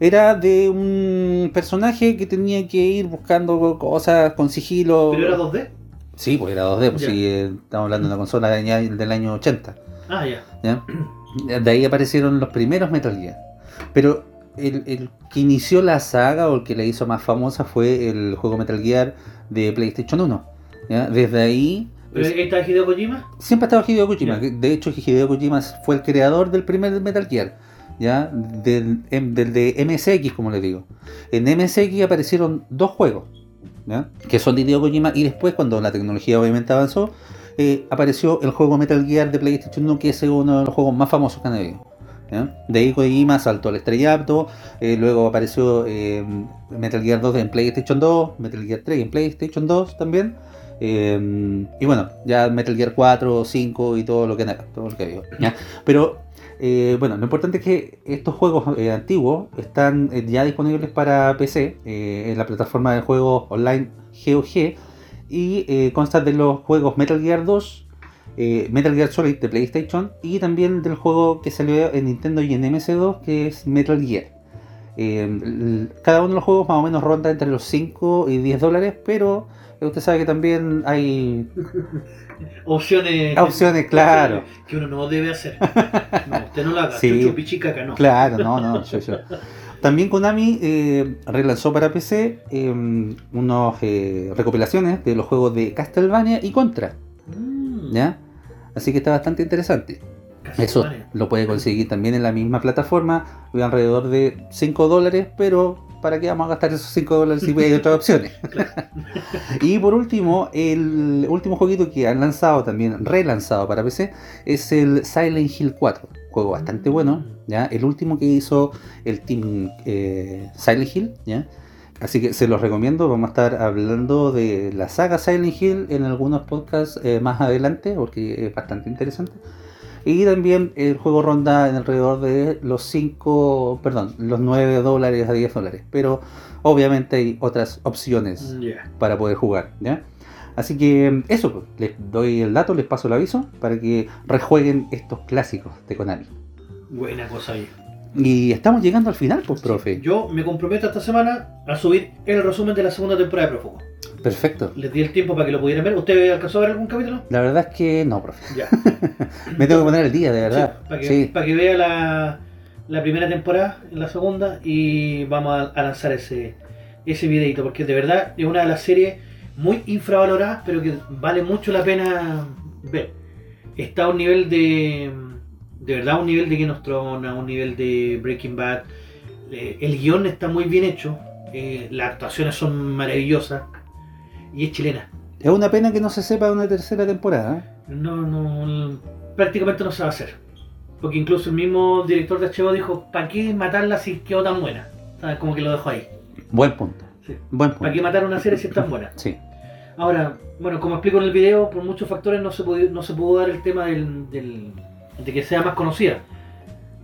C: Era de un personaje que tenía que ir buscando cosas con sigilo.
B: ¿Pero era 2D?
C: Sí, pues era 2D, pues
B: Ya.
C: sí, eh, estamos hablando de una consola de aña- del año 80.
B: Ah, ya.
C: ¿ya? De ahí aparecieron los primeros Metal Gear. Pero el, el que inició la saga o el que la hizo más famosa fue el juego Metal Gear de PlayStation 1. ¿ya? Desde ahí
B: ¿Pero ahí está Hideo Kojima?
C: siempre ha estado Hideo Kojima.
B: Ya.
C: que De hecho, Hideo Kojima fue el creador del primer Metal Gear. ¿ya? Del, em- del de MSX, como le digo. En MSX aparecieron dos juegos. ¿ya? Que son de Hideo Kojima. Y después, cuando la tecnología obviamente avanzó, eh, apareció el juego Metal Gear de PlayStation 1, que es uno de los juegos más famosos que han habido. ¿ya? De ahí Kojima saltó al estrellato, eh, luego apareció eh, Metal Gear 2 en PlayStation 2, Metal Gear 3 en PlayStation 2 también. eh, y bueno, ya Metal Gear 4, 5 y todo lo que, todo lo que ha habido, ¿ya? Pero eh, bueno, lo importante es que estos juegos eh, antiguos están eh, ya disponibles para PC eh, en la plataforma de juegos online GOG y eh, consta de los juegos Metal Gear 2, eh, Metal Gear Solid de PlayStation y también del juego que salió en Nintendo y en MS2 que es Metal Gear. Eh, l- cada uno de los juegos más o menos ronda entre los 5 y 10 dólares, pero eh, usted sabe que también hay
B: Opciones.
C: opciones, Ah, claro.
B: Que uno no debe hacer. No, usted no la haga.
C: Sí.
B: Chuchu, pichicaca, no.
C: Claro, no, no, yo, yo. También Konami eh, relanzó para PC eh, unas eh, recopilaciones de los juegos de Castlevania y Contra,
B: Mm,
C: ¿ya? Así que está bastante interesante. Eso
B: Castlevania.
C: lo puede conseguir también en la misma plataforma, de alrededor de 5 dólares, pero ¿para qué vamos a gastar esos 5 dólares si hay otras opciones? y por último, el último jueguito que han lanzado también, relanzado para PC, es el Silent Hill 4, juego bastante bueno, ¿ya? El último que hizo el team eh, Silent Hill, ¿ya? Así que se los recomiendo, vamos a estar hablando de la saga Silent Hill en algunos podcasts eh, más adelante, porque es bastante interesante. Y también el juego ronda en alrededor de los 5, perdón, los 9 dólares a 10 dólares. Pero obviamente hay otras opciones
B: Mm, Ya.
C: para poder jugar, ¿ya? Así que eso, pues, les doy el dato, les paso el aviso para que rejueguen estos clásicos de Konami.
B: Buena cosa ahí.
C: Y estamos llegando al final, pues, profe.
B: Yo me comprometo esta semana a subir el resumen de la segunda temporada de Prófugo.
C: Perfecto.
B: Les di el tiempo para que lo pudieran ver. ¿Usted alcanzó a ver algún capítulo?
C: La verdad es que no, profe.
B: Ya.
C: Me tengo que poner el día, de verdad.
B: Sí, para, que,
C: Sí.
B: para que vea la, la primera temporada, la segunda, y vamos a, a lanzar ese, ese videito, porque de verdad es una de las series muy infravaloradas, pero que vale mucho la pena ver. Está a un nivel de. De verdad, a un nivel de Game of Thrones, a un nivel de Breaking Bad. Eh, el guión está muy bien hecho, eh, las actuaciones son maravillosas, y es chilena.
C: Es una pena que no se sepa de una tercera temporada. ¿eh?
B: No, no, prácticamente no se va a hacer. Porque incluso el mismo director de HBO dijo, ¿para qué matarla si quedó tan buena? ¿Sabes? Como que lo dejó ahí.
C: Buen punto.
B: Sí.
C: Buen
B: ¿Para
C: punto.
B: qué matar una serie si es tan buena?
C: Sí.
B: Ahora, bueno, como explico en el video, por muchos factores no se pudo, no se pudo dar el tema del, del- de que sea más conocida.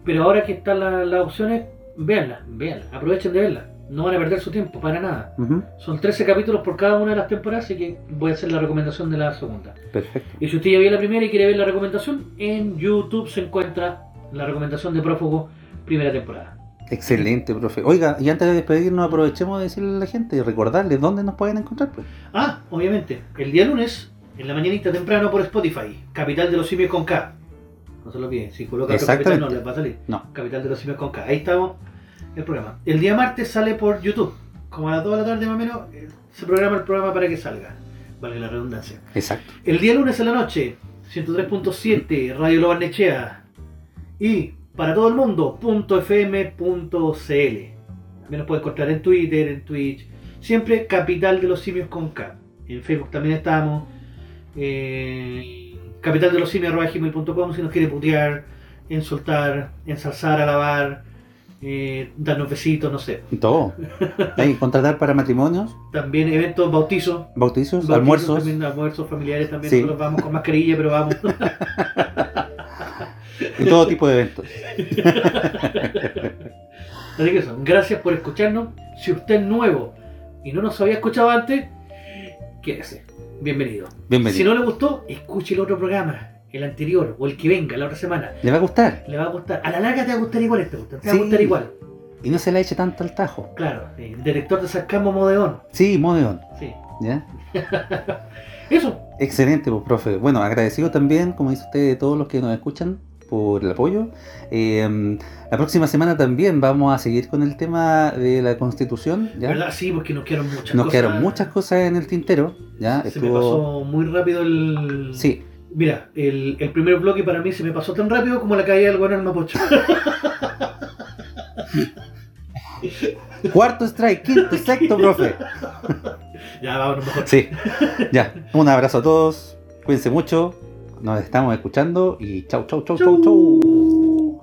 B: Pero ahora que están la- las opciones, véanla, véanla, aprovechen de verla. No van a perder su tiempo, para nada.
C: Ujú.
B: Son 13 capítulos por cada una de las temporadas, así que voy a hacer la recomendación de la segunda.
C: Perfecto.
B: Y si usted ya vio la primera y quiere ver la recomendación, en YouTube se encuentra la recomendación de Prófugo, primera temporada.
C: Excelente, profe. Oiga, y antes de despedirnos, aprovechemos de decirle a la gente y recordarles dónde nos pueden encontrar. Pues.
B: Ah, obviamente, el día lunes, en la mañanita temprano por Spotify, Capital de los Simios con K. No se lo olviden, si coloca otro Capital no
C: Exactamente.
B: les va a salir.
C: No.
B: Capital de los Simios con K. Ahí estamos, el programa. El día martes sale por YouTube. Como a las 2 de la tarde más o menos, eh, se programa el programa para que salga. Vale la redundancia.
C: Exacto.
B: El día lunes en la noche, 103.7, Radio Lo Barnechea. Y para todo el mundo, .fm.cl. También nos puede encontrar en Twitter, en Twitch. Siempre Capital de los Simios con K. En Facebook también estamos. eh, Capital de los gmail.com si nos quiere putear, insultar, ensalzar, alabar, eh, darnos besitos, no sé.
C: Todo. Ahí, contratar para matrimonios,
B: También eventos, bautizos.
C: bautizos,
B: bautizos
C: almuerzos.
B: También, almuerzos familiares también.
C: Sí.
B: Nosotros vamos con mascarilla, pero vamos.
C: y todo tipo de eventos.
B: Así que eso, gracias por escucharnos. Si usted es nuevo y no nos había escuchado antes, quédese. Bienvenido.
C: Bienvenido.
B: Si no le gustó, escuche el otro programa, el anterior o el que venga la otra semana.
C: Le va a gustar.
B: Le va a gustar. A la larga te va a gustar igual este, te va a
C: Sí.
B: gustar igual.
C: Y no se la eche tanto al tajo.
B: Claro, el director de Sarcasmo Modeón.
C: Sí, Modeon.
B: Sí.
C: ¿Ya?
B: Eso,
C: Excelente, pues, profe. Bueno, agradecido también, como dice usted, de todos los que nos escuchan por el apoyo. Eh, la próxima semana también vamos a seguir con el tema de la constitución. ¿ya?
B: ¿verdad? Sí, porque nos quedaron muchas
C: Nos
B: cosas.
C: quedaron muchas cosas en el tintero. ¿ya?
B: Se me pasó muy rápido el.
C: Sí,
B: Mira, el, el primer bloque para mí se me pasó tan rápido como la caída del guano en Mapocho.
C: cuarto strike, quinto, sexto, profe.
B: ya, vámonos mejor.
C: Sí, ya. Un abrazo a todos. Cuídense mucho. Nos estamos escuchando y chau, chau, chau, chau, chau.